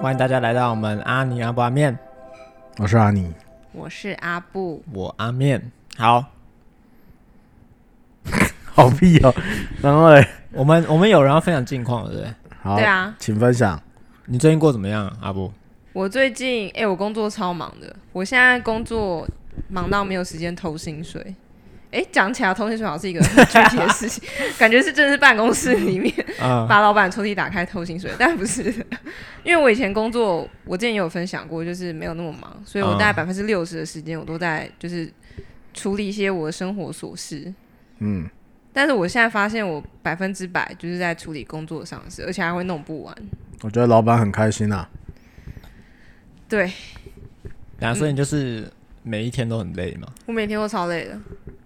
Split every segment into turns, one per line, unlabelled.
欢迎大家来到我们阿尼阿布阿面，
我是阿尼，
我是阿布，
我阿面。好，
好屁 哦。然后嘞，
我们我们有人要分享近况，对不对？
好，
对啊
请分享。
你最近过得怎么样，啊阿布？
我最近哎、我工作超忙的，我现在工作忙到没有时间偷薪水。哎、讲起来偷薪水好像是一个很具体的事情，感觉是真的是办公室里面
啊、
把老板抽屉打开偷薪水，但不是，因为我以前工作，我之前也有分享过，就是没有那么忙，所以我大概百分之六十的时间我都在就是处理一些我的生活琐事。
嗯，
但是我现在发现，我百分之百就是在处理工作上的事，而且还会弄不完。
我觉得老板很开心啊。
对
然后所以你就是每一天都很累嘛？
我每天都超累的。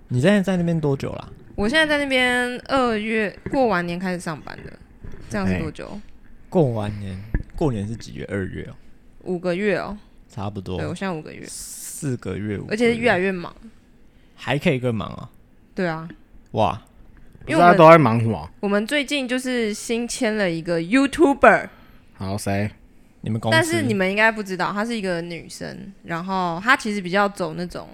你现在在那边多久啦？
我现在在那边二月过完年开始上班的，这样是
哎
多久？
过完年，过年是几月？二月哦，
五个月哦、
差不多
对我现在五个月，
四个月，
而且是越来
越
越忙。
还可以更忙啊！
对啊，
哇，
不知
因为我
道
们
都在忙什么？
我们最近就是新签了一个 YouTuber，
好，谁？
你们公司
但是你们应该不知道，她是一个女生，然后她其实比较走那种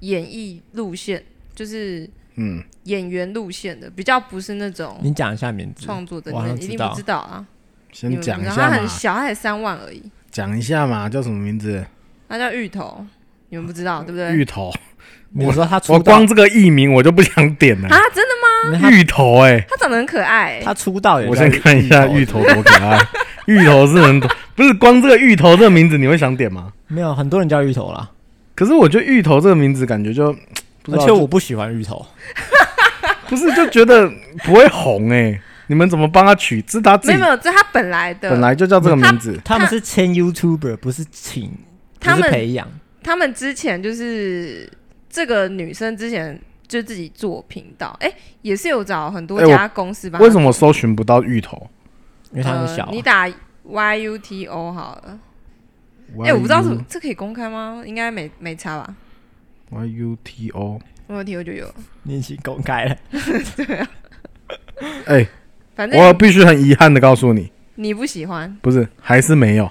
演艺路线，就是
嗯，
演员路线的，比较不是那种
你讲一下名字，
创作的，
我
你
好像
们一
知
定
道
不知道啊。你
先
们不知道
讲一下
她很
嘛，
小，她才三万而已，
讲一下嘛，叫什么名字？
她叫芋头，你们不知道对不对？
芋头。
比如说他出
我
道
光，这个艺名我就不想点了。
啊，真的吗？
你看
芋头，哎，
他长得很可爱、欸
他出道也
我
叫
先看一下芋头多可 爱。芋头是很多，不是光这个芋头这个名字你会想点吗？
没有很多人叫芋头啦，
可是我觉得芋头这个名字感觉就不知
而
道
且我不喜欢芋头，
不是就觉得不会红哎、你们怎么帮他取？这是他自
没
己
有没有，这是他本来的。
本来就叫这个名字，
他们是签 YouTuber，不是请，不
他
是
们
培养。
他们之前就是这个女生之前就自己做频道，哎、也是有找很多
哎我
家公司帮、
为什么搜寻不到芋头？
因为他很小啊、
呃，你打 Y U T O 好了。哎、我不知道这这可以公开吗？应该没没差吧？
Y U T O。
我有 T O 就有了，
你已经公开了，
哎、
反
我
正
必须很遗憾的告诉你，
你不喜欢，
不是，还是没有。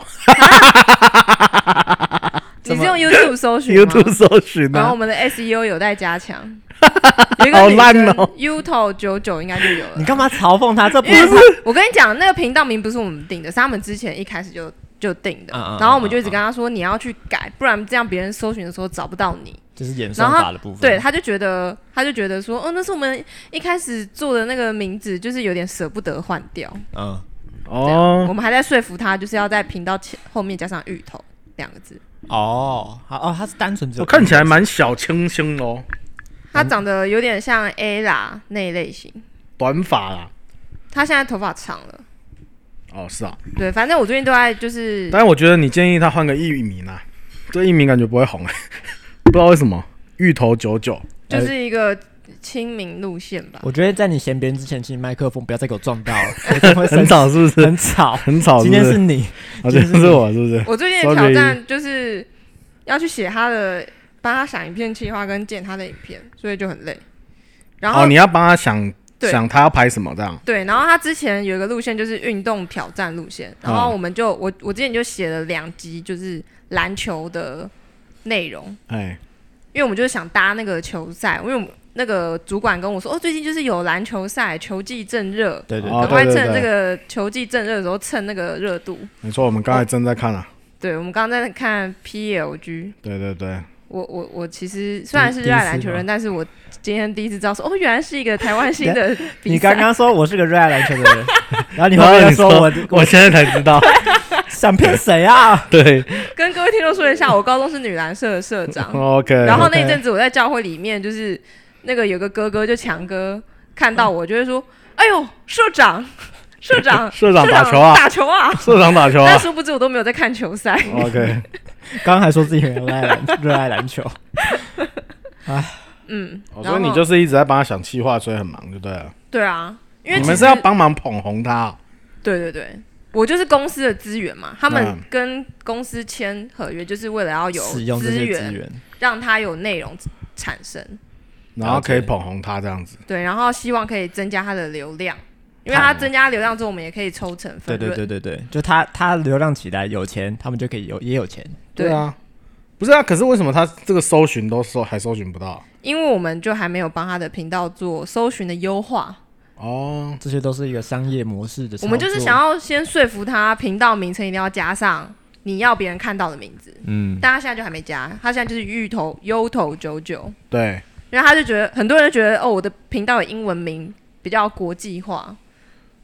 你是用 YouTube 搜寻吗
YouTube 搜寻
然后
啊，
我们的 SEO 有待 加强。有一个
好
女
烂
生
哦
u t o 九九应该就有了
你。干嘛嘲讽他？这不
因为
是
他我跟你讲，那个频道名不是我们定的，是他们之前一开始就就定的
嗯嗯嗯。
然后我们就一直跟他说，你要去改，不然这样别人搜寻的时候找不到你。
就是演算法的部分。
对，，他就觉得，他就觉得说，哦，那是我们一开始做的那个名字，就是有点舍不得换掉。
嗯，
哦
我，们还在说服他，就是要在频道前后面加上“芋头”两个字。
哦，好哦，他是单纯只有
我看起来蛮小清新哦，
他
嗯
长得有点像 A 啦那一类型，
短发啦。
他现在头发长了。
哦，是啊，
对，反正我最近都在就是
但是我觉得你建议他换个艺名啊，这艺名感觉不会红、欸 不知道为什么。芋头九九，
就是一个亲民路线吧。
我觉得在你嫌别人之前，请你麦克风不要再给我撞到 了，我真的会
很
生
吵是不
气
是？
很吵。
很吵是
今
不
天
是
是？你，
哦，今天是我是不是？
我最近的挑战就是要去写他的，帮他想影片计划跟剪他的影片，所以就很累。然后、
哦，你要帮他想
对
想他要拍什么这样。
对，然后他之前有一个路线就是运动挑战路线，然
哦
后我们就、我我之前就写了两集就是篮球的内容，
哎，
因为我们就是想搭那个球赛，因为我们那个主管跟我说，哦，最近就是有篮球赛，球季正热。
对对
哦
对，
赶快
对对
趁
对
这个球季正热的时候蹭那个热度。
没错，我们刚才正在看啊。
对，我们刚刚在看 PLG，
对对对，
我我我其实虽然是热
第一
爱
次
篮球
吗
人，但是我今天第一次知道说，哦，原来是一个台湾新的 比赛。
你刚刚说我是个热爱篮球的 人，然后你后面又说我
我现在才知道，
想骗谁啊？
对
跟各位听众说一下，我高中是女篮社的 社长，
，OK。，
然后那一阵子我在教会里面，就是那个有个哥哥就强哥看到我，就会说，哎呦，社 长，社长
社长打球啊
打球啊！
社长打球啊
但殊不知我都没有在看球赛，
哦
，OK。
刚刚还说自己很热爱篮热爱篮球，
嗯，
哦
然
所
后
以你就是一直在帮他想气话，所以很忙，就对了。
对啊，因为
你
其
们
实
是要帮忙捧红他哦，
对对对，我就是公司的资源嘛，他们
嗯
跟公司签合约就是为了要有
使用这些资源，
让它有内容产生，
然后可以
了解
捧红他这样子。
对，然后希望可以增加它的流量，因为它增加流量之后，我们也可以抽成
对
分
对
润。
对对对，就他他流量起来有钱，他们就可以有也有钱。
对
对啊，不是啊，可是为什么他这个搜寻都搜还搜寻不到？
因为我们就还没有帮他的频道做搜寻的优化，
哦，
这些都是一个商业模式的操作。
我们就是想要先说服他频道名称一定要加上你要别人看到的名字，
嗯，
但他现在就还没加，他现在就是芋头优头九九，
对，
然后他就觉得很多人觉得哦，我的频道有英文名比较国际化，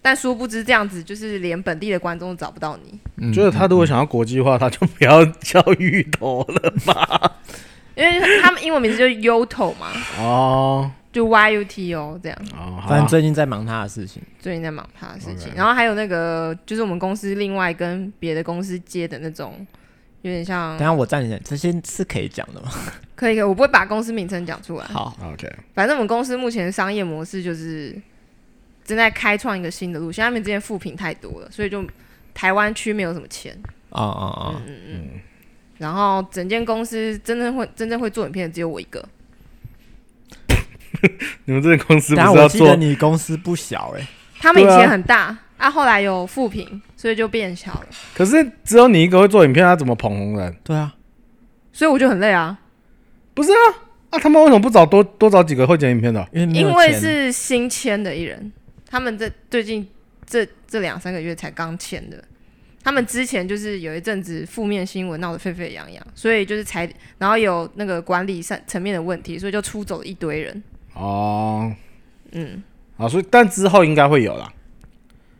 但殊不知这样子就是连本地的观众都找不到你，
嗯
就是他如果想要国际化，他就不要叫芋头了吧？
因为他们英文名字就是优头嘛，
哦
就 Y U T O 这样。
哦，
反正
好
最近在忙他的事情。
最近在忙他的事情
OK
然后还有那个就是我们公司另外跟别的公司接的那种，有点像
等一下我站一下，这些是可以讲的吗？
可以可以，我不会把公司名称讲出来。
好，
啊，OK，
反正我们公司目前的商业模式就是正在开创一个新的路线，因为他们之前副品太多了，所以就台湾区没有什么钱。
啊啊啊！
嗯然后整间公司真正会真正会做影片的只有我一个，
你们这个公司
等
不
一下
是要
我记得
做？
你公司不小哎，
他们以
对
前
啊
很大啊后来有副品，所以就变小了，
可是只有你一个会做影片，他怎么捧红人？
对啊，
所以我就很累啊，
不是啊，啊，他们为什么不找多多找几个会剪影片的？
因为没有
因为
钱
是新签的艺人，他们这最近这这两三个月才刚签的。他们之前就是有一阵子负面新闻闹得沸沸扬扬，所以就是才，然后有那个管理上层面的问题，所以就出走了一堆人。
哦，
嗯，
啊，所以但之后应该会有啦，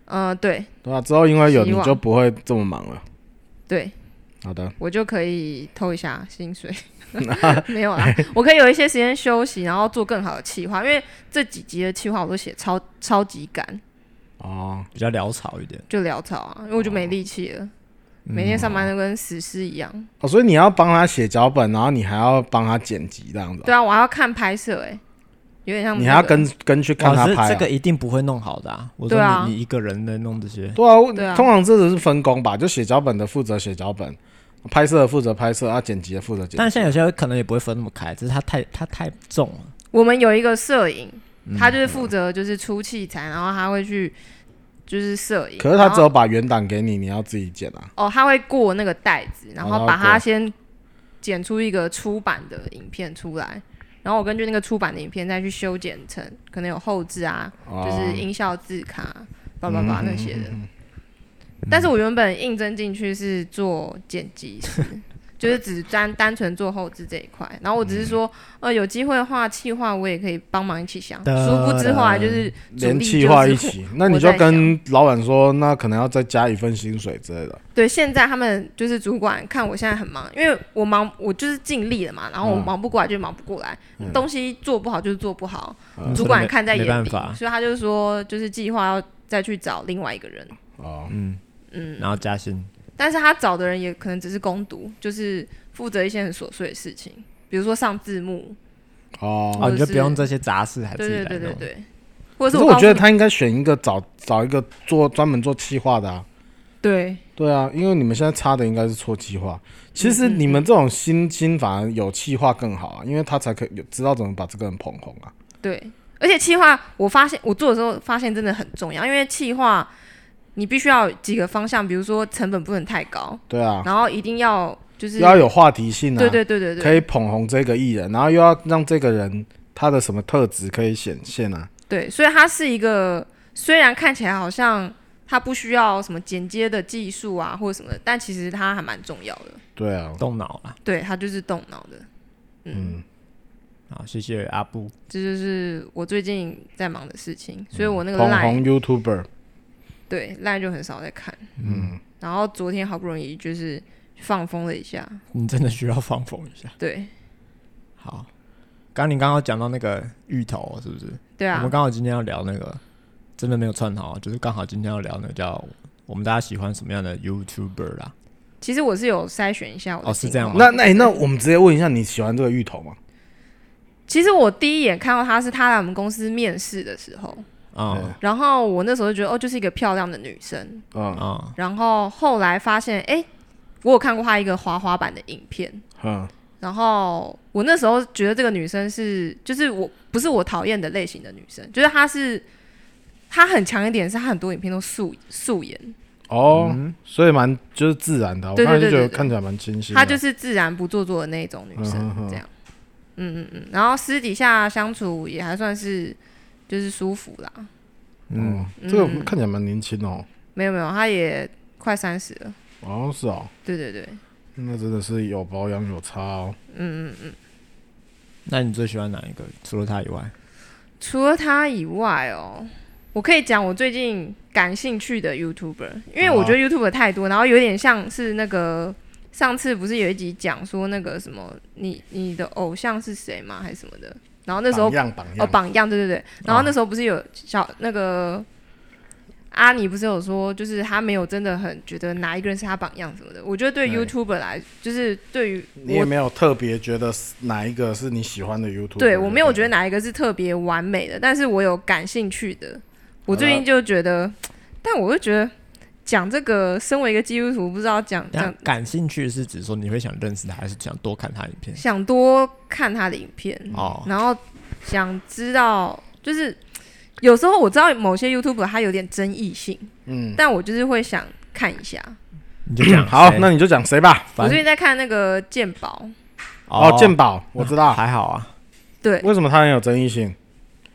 呃，对
对吧、啊之后因为有
希
你
望
就不会这么忙了。
对，
好的，
我就可以偷一下薪水，没有啦，我可以有一些时间休息，然后做更好的企划，因为这几集的企划我都写超超级赶，
哦，
比较潦草一点，
就潦草啊，因为我就没力气了，每天上班都跟死尸一样。
哦，所以你要帮他写脚本，然后你还要帮他剪辑这样子啊、
对啊，我还要看拍摄，哎，有点像、
你还要跟跟去看
哇
他
这
拍啊、
哦这个一定不会弄好的啊！我
对
说
啊
你你一个人能弄这些，
对啊，我
对啊
通常这只是分工吧，就写脚本的负责写脚本，拍摄的负责拍摄，啊，剪辑的负责剪
但现在有些可能也不会分那么开，只是他太他太重了。
我们有一个摄影，
嗯
他就是负责就是出器材，然后他会去就是摄影。
辑。可是他
然
只
后
有把原档给你，你要自己剪啊。
哦，他会过那个袋子，然
哦他
后
会
把它
过
先剪出一个出版的影片出来，然后我根据那个出版的影片再去修剪成可能有后置啊，
哦嗯
就是音效字卡、叭叭叭那些的。但是我原本应征进去是做剪辑师， 就是只单单纯做后置这一块。然后我只
嗯
是说，呃，有机会的话，企划我也可以帮忙一起想。
哒
殊不知后来就是主
连
力
企
就
划
是
一
我
起，那你就跟老板说，那可能要再加一份薪水之类的。
对，现在他们就是主管看我现在很忙，因为我忙，我就是尽力了嘛，然后我
嗯
忙不过来就忙不过来，东西做不好就是做不好，
嗯真
主
的
管
没
看在
没
眼
办
里，
法，
所以他就说就是计划要再去找另外一个人，
哦，
嗯，
嗯，
然后加薪，
但是他找的人也可能只是攻读，就是负责一些很琐碎的事情，比如说上字幕，
哦，
哦，你就
嗯就是
不用这些杂事，还自
对
己
对
来
对对
弄。
对，或
可
者
是
我
我
告
觉得
诉你
他应该选一个找找一个做专门做企划的啊。
对，
对啊，因为你们现在插的应该是错计划。其
嗯
实你们这种新新反而有企划更好啊，因为他才可以有知道怎么把这个人捧红啊。
对，而且企划，我发现我做的时候发现真的很重要，因为企划你必须要有几个方向，比如说成本不能太高，
对啊，
然后一定要就是
要有话题性啊，
对对对对
可
对
以捧红这个艺人，然后又要让这个人他的什么特质可以显现啊。
对，所以它是一个虽然看起来好像它不需要什么剪接的技术啊或者什么的，但其实它还蛮重要的，
对啊，
动脑啦。
对，它就是动脑的，嗯，
好，谢谢阿布。
这就是我最近在忙的事情，所以
嗯
我那个
捧
line
红 YouTuber，
对 line 就很少在看，嗯，然后昨天好不容易就是放风了一下，
你真的需要放风一下。
对。
好，刚你刚刚讲到那个芋头哦是不是？
对
我
啊
们，刚好今天要聊那个，真的没有串好，哦就是刚好今天要聊那个叫我们大家喜欢什么样的 YouTuber 啦。
其实我是有筛选一下我的
哦是
情
这样
况
那那、那我们直接问一下，你喜欢这个芋头吗？
其实我第一眼看到她是她来我们公司面试的时候，
啊
然后我那时候就觉得哦，就是一个漂亮的女生。
嗯
啊
然后后来发现，哎，我有看过她一个滑滑板的影片。
嗯，
然后我那时候觉得这个女生是，就是我不是我讨厌的类型的女生，就是她是他很强一点是他很多影片都素素颜，
哦，
嗯
所以蛮就是自然的啊，我
对对
看就
对
觉得
对对
看起来蛮清新的。
她就是自然不做作的那一种女
嗯哼
生
哼，
这样。嗯嗯嗯，然后私底下相处也还算是就是舒服啦，
嗯，
嗯
这个看起来蛮年轻哦。
没有没有，她也快三十了，
哦，是哦，
对对对，
那真的是有保养有差哦。
嗯嗯嗯。
那你最喜欢哪一个？除了他以外，
除了她以外哦，我可以讲我最近感兴趣的 YouTuber，因为我
哦
觉得 YouTuber 太多，然后有点像是那个上次不是有一集讲说那个什么，你你的偶像是谁吗？还是什么的？然后那时候
榜样榜
哦，
样，啊
榜样，对对对。然后那时候不是有小那个阿尼不是有说，就是他没有真的很觉得哪一个人是他榜样什么的。我觉得对
对
YouTuber 来，就是对于
你也
我，
没有特别觉得是哪一个是你喜欢的嗯 YouTube？
对我没有觉得
得
哪一个是特别完美的，但是我有感兴趣的。我
好
最近
了
就觉得，但我就觉得讲这个，身为一个基督徒，不知道讲
那
讲
感兴趣是指说你会想认识他，还是想多看他影片？
想多看他的影片，
哦，
然后想知道，就是有时候我知道某些 YouTuber 他有点争议性。
嗯。
但我就是会想看一下。
你 就讲
好
谁，
那你就讲谁吧。
我
反
最
正
近在看那个鉴宝，
哦，鉴宝我知道，
还好啊，
对，
为什么他很有争议性？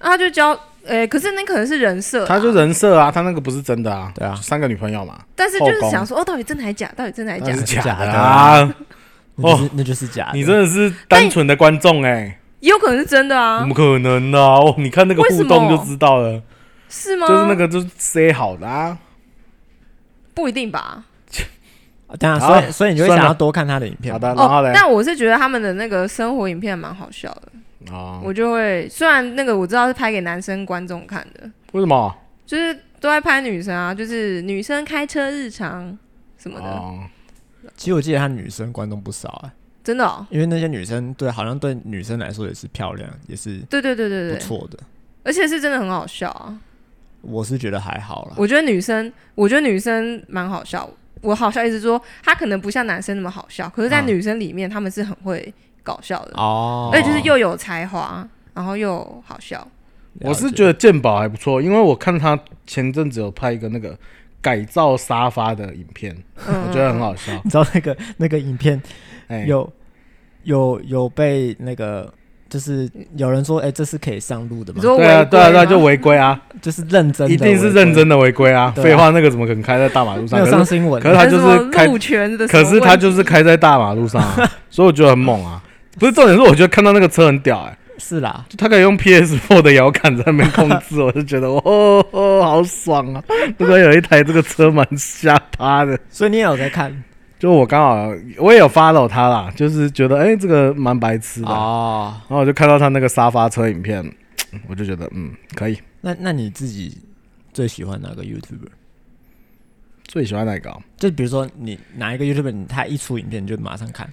然后他就教，诶、可是那可能是人设啦，
他就人设啊，他那个不是真的啊。
对啊
三个女朋友嘛，
但是就是
后宫
想说，哦，到底真的还假？到底真的还
那
假
是？假
假的
的啊。
那就是那就是假的。
你真的是单纯的观众哎，
也有可能是真的啊
怎么，可能呢？哦，你看那个
为什
互
么
动就知道了，
是吗？
就是那个就是塞好的啊。
不一定吧。
当然，
好
所以所以你就会
算了
想要多看他的影片。
好的，然后
哦
嘞，，
但我是觉得他们的那个生活影片蛮好笑的，
啊，
我就会虽然那个我知道是拍给男生观众看的，
为什么？
就是都在拍女生啊，就是女生开车日常什么的，
哦，
其实我记得他女生观众不少啊，
真的哦。
因为那些女生对好像对女生来说也是漂亮，也是
对对对对
不
对，
错的。
而且是真的很好笑啊。
我是觉得还好
啊
啦。
我觉得女生，我觉得女生蛮好笑。我好笑，意思说她可能不像男生那么好笑，可是，
啊
在
嗯
女生里面，她们是很会搞笑的，
哦，
而且就是又有才华，然后又好笑。
了
我是
解
觉得鉴宝还不错，因为我看他前阵子有拍一个那个改造沙发的影片，我
嗯，
觉得很好笑。
你知道那个那个影片
哎，
有有有被那个。就是有人说，哎、这是可以上路的
你
吗？
说
对啊，
违
对啊，
规
对啊，
吗
就违规啊，
就是认真的，
一定是认真的违规啊。
对啊
废话，那个怎么可能开在大马路
没
上？
有上
可是，
新闻。
可是他就
还有什
是
么
开
路权的什么
可
问题，
是他就是开在大马路 上啊，所以我觉得很猛啊。不是重点是，我觉得看到那个车很屌哎、
是啦，
就他可以用 PS4 的摇杆在那边控制，我就觉得哦哦，好爽啊！如果有一台这个车，蛮瞎趴的。
所以你也有在看
就我刚好我也有 follow 他啦，就是觉得哎、这个蛮白痴的。
哦。
然后我就看到他那个沙发车影片，我就觉得嗯可以。
那那你自己最喜欢哪个 YouTuber？
最喜欢哪个啊？
就比如说你哪一个 YouTuber，你他一出影片你就马上看，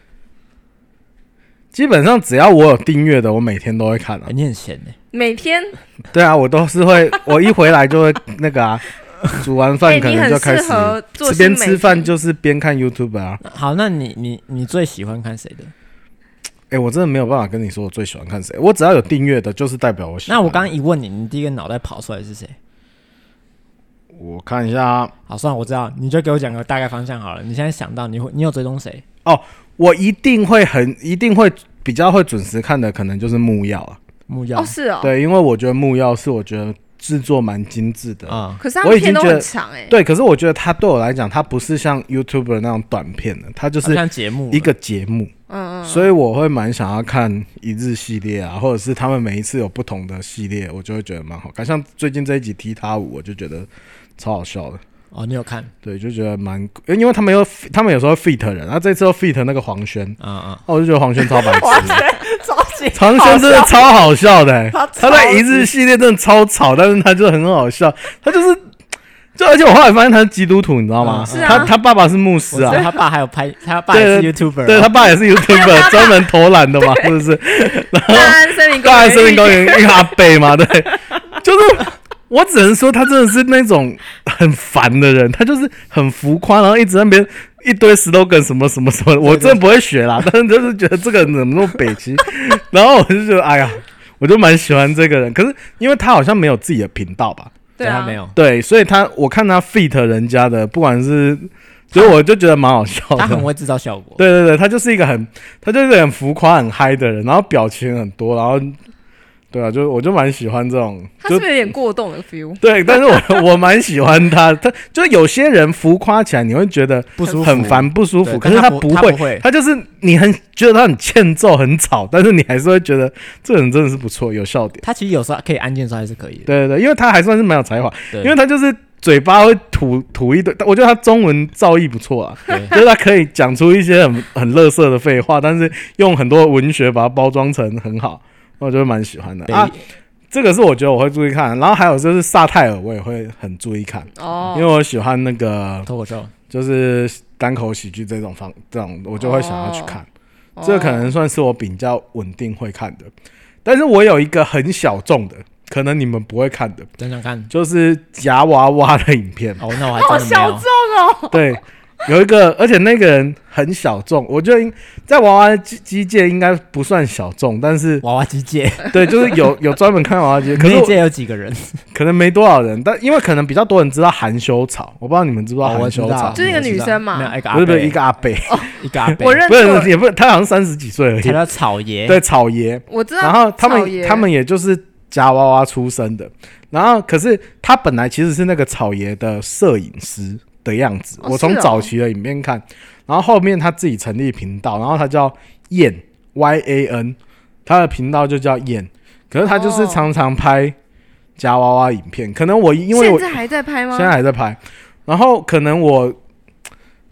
基本上只要我有订阅的，我每天都会看啊
哎，。你很闲呢、
每天，
对啊，我都是会，我一回来就会那个 啊，煮完
哎，
饭可
你
能
很
就开
适
始
合做
吃边
新媒
吃饭
体
就是边看 YouTube 啊。
那好，那你你你最喜欢看谁的？
哎、我真的没有办法跟你说我最喜欢看谁，我只要有订阅的，就是代表我喜欢。
那我刚刚一问你，你第一个脑袋跑出来是谁？
我看一下啊，
好，算了，我知道，你就给我讲个大概方向好了。你现在想到你会，你有追踪谁？
我一定会很一定会比较会准时看的，可能就是木曜啊。
木曜
哦，是哦，
对，因为我觉得木曜是我觉得制作蛮精致的。
啊、
可是他
我
们
已经
片都
觉得
很长哎，
对，可是我觉得它对我来讲，它不是像 YouTuber 那种短片的，它就
好
是
像节目了
一个节目，
嗯嗯，
所以我会蛮想要看一日系列啊，或者是他们每一次有不同的系列，我就会觉得蛮好看。像最近这一集踢踏舞，我就觉得超好笑的。
哦，你有看
对，就觉得蛮，因为他们又他们有时候 fit 人，然后这次又 fit 那个黄轩，
啊啊、
哦，我就觉得黄轩超白痴的，
超级
黄轩真的超好笑的、欸，
他
他在一日系列真的超吵，但是他就很好笑，他就是。就而且我后来发现他是基督徒，你知道吗？
嗯
是啊
他他爸爸是牧师
我知道
啊，
他爸还有拍，他爸也是 YouTuber，
对
啊
他爸也是 YouTuber，专门投篮的嘛，是不是？
大安森林公
大安
园
啊森林公
遇
园一个阿贝嘛，对，就是我只能说他真的是那种很烦的人，他就是很浮夸，然后一直在那边一堆 slogan 什么什么什么，我真的不会 学啦，但是就是觉得这个人怎么那么北齐，然后我就觉得哎呀，我就蛮喜欢这个人，可是因为他好像没有自己的频道吧，
对
等一
啊，
下没有，
对，所以他我看他 fit 人家的，不管是，所以我就觉得蛮好笑
他很
的。
会制造效果。
啊对对对，他就是一个很，他就是一个很浮夸、很嗨的人，然后表情很多，然后，对啊，就我就蛮喜欢这种，
他
就是
不是有点过动的 feel？
对，但是我 我蛮喜欢他，他就是有些人浮夸起来，你会觉得
不舒服，
很烦、不舒服，
对
可是
但
他
不
不
他
会，
会，
他就是你很觉得他很欠揍、很吵，但是你还是会觉得这人真的是不错，有笑点。
他其实有时候可以安静的时候还是可以的。
对对对，因为他还算是蛮有才华，
对
因为他就是嘴巴会吐吐一堆，我觉得他中文造诣不错啊，
对
就是他可以讲出一些很很垃圾的废话，但是用很多文学把它包装成很好，我觉得蛮喜欢的
北
啊。这个是我觉得我会注意看，然后还有就是萨泰尔，我也会很注意看，因为
哦，
我喜欢那个
脱口秀，
就是单口喜剧这种方这种，我就会想要去看。这可能
哦
算是我比较稳定会看的。但是我有一个很小众的，可能你们不会看的，
想想看。
就是夹娃娃的影片。
哦，那我
好
还真的没
小
有
众。哦，
对，有一个，而且那个人很小众，我觉得应在娃娃机机界应该不算小众，但是
娃娃机界，
对，就是有有专门看娃娃机，可
那
是
一
我
届有几个人？
可能没多少人，但因为可能比较多人知道含羞草，我不知道你们知不知道
哦我
含
知
羞
道
草，
就是一个女生嘛
没有一个阿
不是不是
伯
一个阿伯，
一个阿伯，
我认
不
错
是，也不是，他好像三十几岁而
他
已，
叫草爷，
对，草爷。
我知道。
然后他
草
们
爷
他们也就是夹娃娃出身的，然后可是他本来其实是那个草爷的摄影师的样子，
哦
我
是
从
哦
早期的影片看，然后后面他自己成立频道，然后他叫燕 Y A N，他的频道就叫燕，可是他就是
哦
常常拍夹娃娃影片，可能我因为我
现在还在拍吗？
现在还在拍。然后可能我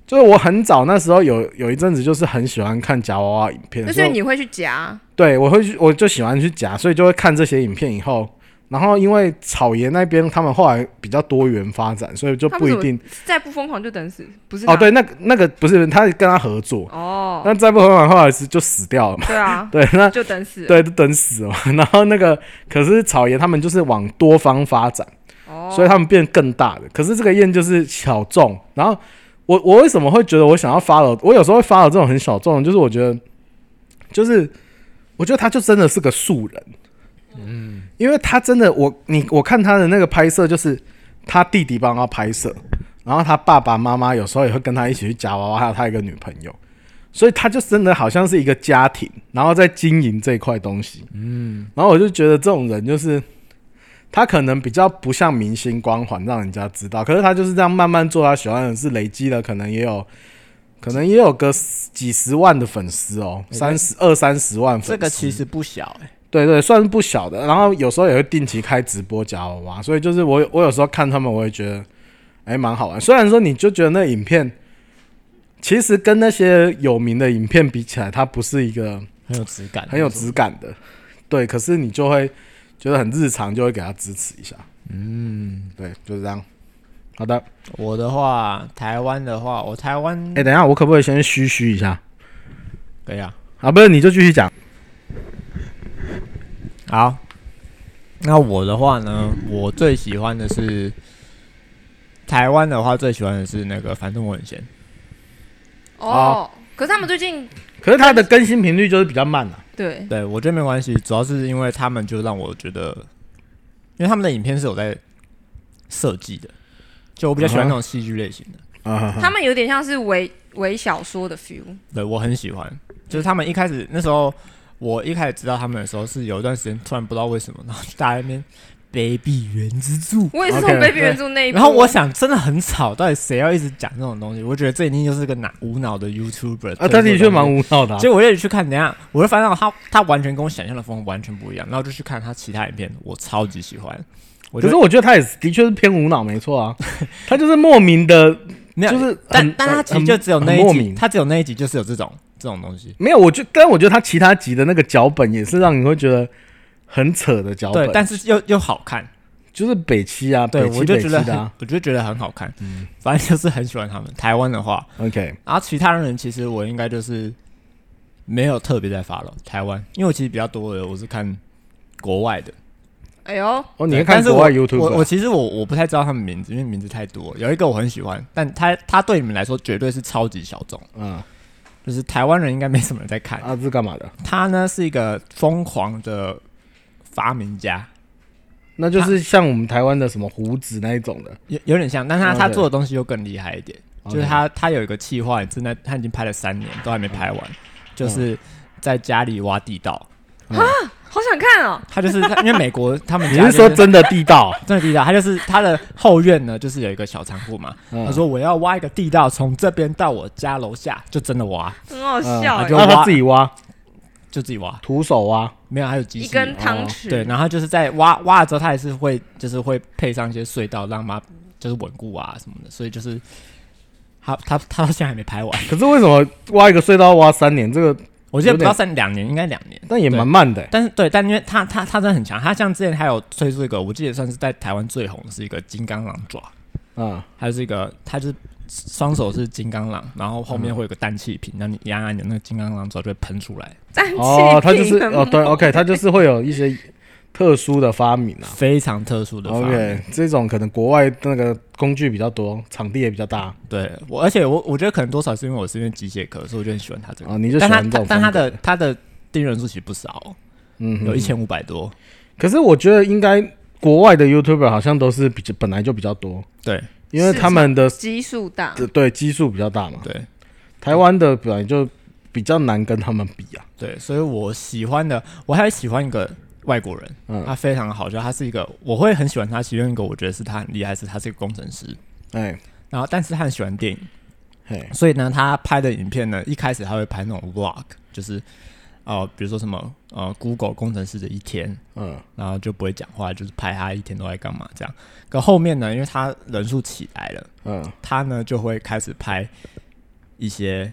就是我很早那时候有有一阵子就是很喜欢看夹娃娃影片，
那
所
所
以
以你会去夹
对我会去我就喜欢去夹，所以就会看这些影片以后。然后因为草爷那边他们后来比较多元发展，所以就
他
不
们
一
怎么
定
再不疯狂就等死，不是
哦。
他
对，那个那个不是他跟他合作，
哦，
那再不合完后来是就死掉了嘛。
对啊，
对，那
就等死。
对就等死了嘛。 然后那个可是草爷他们就是往多方发展。
哦，
所以他们变更大的。可是这个宴就是小众，然后我我为什么会觉得我想要 follow？我有时候会 follow 这种很小众的，就是我觉得，就是我觉得他就真的是个素人，嗯，因为他真的我你我看他的那个拍摄，就是他弟弟帮他拍摄，然后他爸爸妈妈有时候也会跟他一起去夹娃娃，还有他一个女朋友。所以他就真的好像是一个家庭，然后在经营这一块东西。嗯，然后我就觉得这种人就是他可能比较不像明星光环，让人家知道，可是他就是这样慢慢做他喜欢的事，累积了可能也有，可能也有个十几十万的粉丝哦，
欸
三十二三十万粉丝，
这个其实不小哎，
对对，算是不小的。然后有时候也会定期开直播夹娃娃，所以就是我有我有时候看他们，我也觉得哎蛮好玩。虽然说你就觉得那影片其实跟那些有名的影片比起来，它不是一个
很有质感，
很有质感的，对。可是你就会觉得很日常，就会给他支持一下。嗯，对，就是这样。好的，
我的话，台湾的话，我台湾
哎、等一下，我可不可以先嘘嘘一下？
可以啊。
啊，不是，你就继续讲。
好，那我的话呢，我最喜欢的是台湾的话，最喜欢的是那个反正我很闲。
哦，可是他们最近
可是它的更新频率就是比较慢啊。
对
对我觉得没关系，主要是因为他们就让我觉得，因为他们的影片是有在设计的，就我比较喜欢
嗯哼
那种戏剧类型的。
啊、
他们有点像是伪伪小说的 feel，
对我很喜欢，就是他们一开始那时候，我一开始知道他们的时候是有一段时间突然不知道为什么，然后就大家在那边 baby 原之助，
我也是
OK，
从《Baby
对
原著》那一部，
然后我想真的很吵，到底谁要一直讲这种东西？我觉得这一定就是个脑无脑的 YouTuber
啊，他的确蛮
无。
无脑的、啊。
结果我也去看，等一下我就发现他他完全跟我想象的风格完全不一样，然后就去看他其他影片，我超级喜欢。我觉
可是
得
我觉得他也是的确是偏无脑，没 错啊。他就是莫名的，
没有，
就是
但
很
但他
很
其实就只有
很
那一
莫
集，
名。
他只有那一集就是有这种这种东西。
没有，我就但我觉得他其他集的那个脚本也是让你会觉得很扯的脚本
对，，但是又又好看，
就是北七啊，
对
北
我
七
就
北
觉
七
得
的、
很
啊。，嗯
我就觉得很好看。 反正就是很喜欢他们。台湾的话，
OK，
然后其他人其实我应该就是没有特别在发了台湾，因为我其实比较多的我是看国外的。
哎呦，
哦，你
对
会看
但是
国外
我
YouTube？
我我其实我我不太知道他们名字，因为名字太多了。有一个我很喜欢，但他他对你们来说绝对是超级小众，
嗯，
就是台湾人应该没什么人在
啊
看。
阿志干嘛的？
他呢是一个疯狂的发明家，
那就是像我们台湾的什么胡子那一 种的，
有有点像，但是他
了解
他做的东西又更厉害一点，就是
OK
他他有一个计划，正在他已经拍了三年，都还没拍
嗯
完，就是在家里挖地道。
好想看哦，
他就是他因为美国他们
你
家
是说
就
真的地道？
真的地道，他就是他的后院呢，就是有一个小仓库嘛。
嗯
他说我要挖一个地道，从这边到我家楼下，就真的挖，
很好笑
嗯
哎、
啊就
那他
挖
自己挖，
就自己挖，
徒手挖，
没有还有机
一
器。
根汤
哦
匙，
对，然后就是在挖挖了之后，他也是会就是会配上一些隧道，让它就是稳固啊什么的，所以就是他他他到现在还没拍完，
可是为什么挖一个隧道挖三年？这个
我记得不
有
到
点
三两年，应该两年。
但也蛮慢的欸、
但是对，但因为他他他真的很强，他像之前还有推出一个，我记得算是在台湾最红的是一个金刚狼爪，
嗯，
它是一个，它就是双手是金刚狼，然后后
嗯
面会有个氮气瓶，那你压按你的那个金刚狼爪就会喷出来，
氮气
哦，他就是
瓶
哦，对，OK，他就是会有一些特殊的发明啊。
非常特 殊的发明。
OK，这种可能国外那个工具比较多，场地也比较大
对我，而且我我觉得可能多少是因为我是因为机械科，所以我就很喜欢它这个。
啊，你就喜
但它
欢
它
这种
但它
风格
的它的订阅人数其实不少哦，
嗯哼
有一千五百多。
可是我觉得应该国外的 YouTuber 好像都是比较本来就比较多，
对
因为他们的
基数大，
对对基数比较大嘛。
对
台湾的本来就比较难跟他们比啊。
对，所以我喜欢的，我还喜欢一个外国人，
嗯
他非常好笑，他是一个我会很喜欢他，其中一个我觉得是他很厉害，是他是一个工程师，
哎
然后但是他很喜欢电影。
嘿，
所以呢，他拍的影片呢，一开始他会拍那种 vlog，就是呃，比如说什么呃，Google 工程师的一天，
嗯
然后就不会讲话，就是拍他一天都在干嘛这样。可后面呢，因为他人数起来了，
嗯
他呢就会开始拍一些，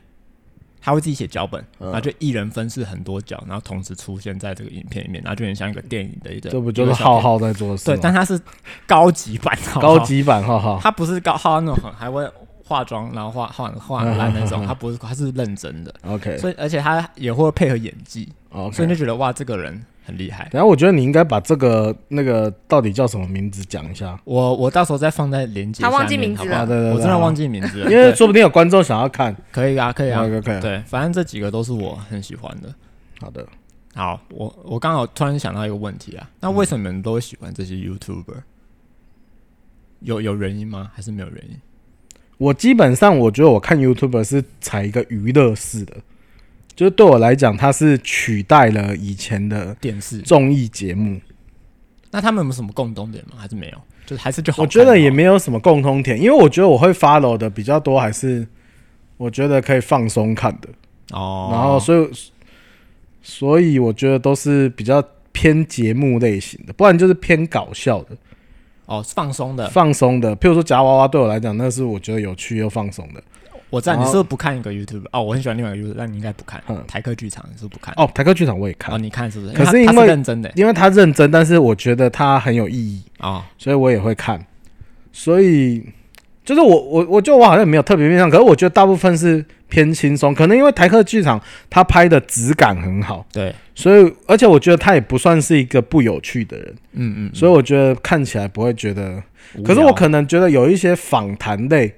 他会自己写脚本，
嗯
然后就一人分饰很多角，然后同时出现在这个影片里面，然后就很像一个电影的一个，
这不就是
一个小
浩
片
浩在做的事
对，
吗？
但他是高级版，好不好
高级版浩浩。
他不是高浩那种很还会化妆，然后化化化很烂那
嗯
种，他不是，他是认真的，
OK
所以而且他也会配合演技，所
OK
以你。就觉得哇，这个人很厉害。
然后我觉得你应该把这个那个到底叫什么名字讲一下，
我我到时候再放在连接下面，
他忘记名字
好
了
不好
啊对对对
我真的忘记名字了，
因为
对
说不定有观众想要看。
可以啊，可以啊，
OK OK，
对，反正这几个都是我很喜欢的。
好的。
好，我我刚好突然想到一个问题啊，那为什么你们都会喜欢这些 YouTuber？有有原因吗？还是没有原因？
我基本上我觉得我看 YouTube 是采一个娱乐式的，就是对我来讲，它是取代了以前的
电视？
综艺节目。
那他们有没有什么共同点吗？还是没有？就还是就好
我
看哦
觉
就好
得也没有什么共通点，因为我觉得我会 follow 的比较多，还是我觉得可以放松看的。
哦，
然后所以所以我觉得都是比较偏节目类型的，不然就是偏搞笑的。
哦，放松的，
放松的，譬如说夹娃娃，对我来讲，那是我觉得有趣又放松的。
我知道你
然后
是不是不看一个 YouTube 哦，我很喜欢另外一个 YouTube，但你应该不看
嗯
台客剧场，你是不是不看？
哦，台客剧场我也看
哦，，你看是不是？
可是
因他
因
他
为
认真的
因为他认真，但是我觉得他很有意义，
哦，
所以我也会看。所以就是我我我觉得我好像没有特别面向，可是我觉得大部分是偏轻松，可能因为台客剧场他拍的质感很好，
对，
所以而且我觉得他也不算是一个不有趣的人，
嗯嗯，
所以我觉得看起来不会觉得。
无
可是
聊
我可能觉得有一些访谈类，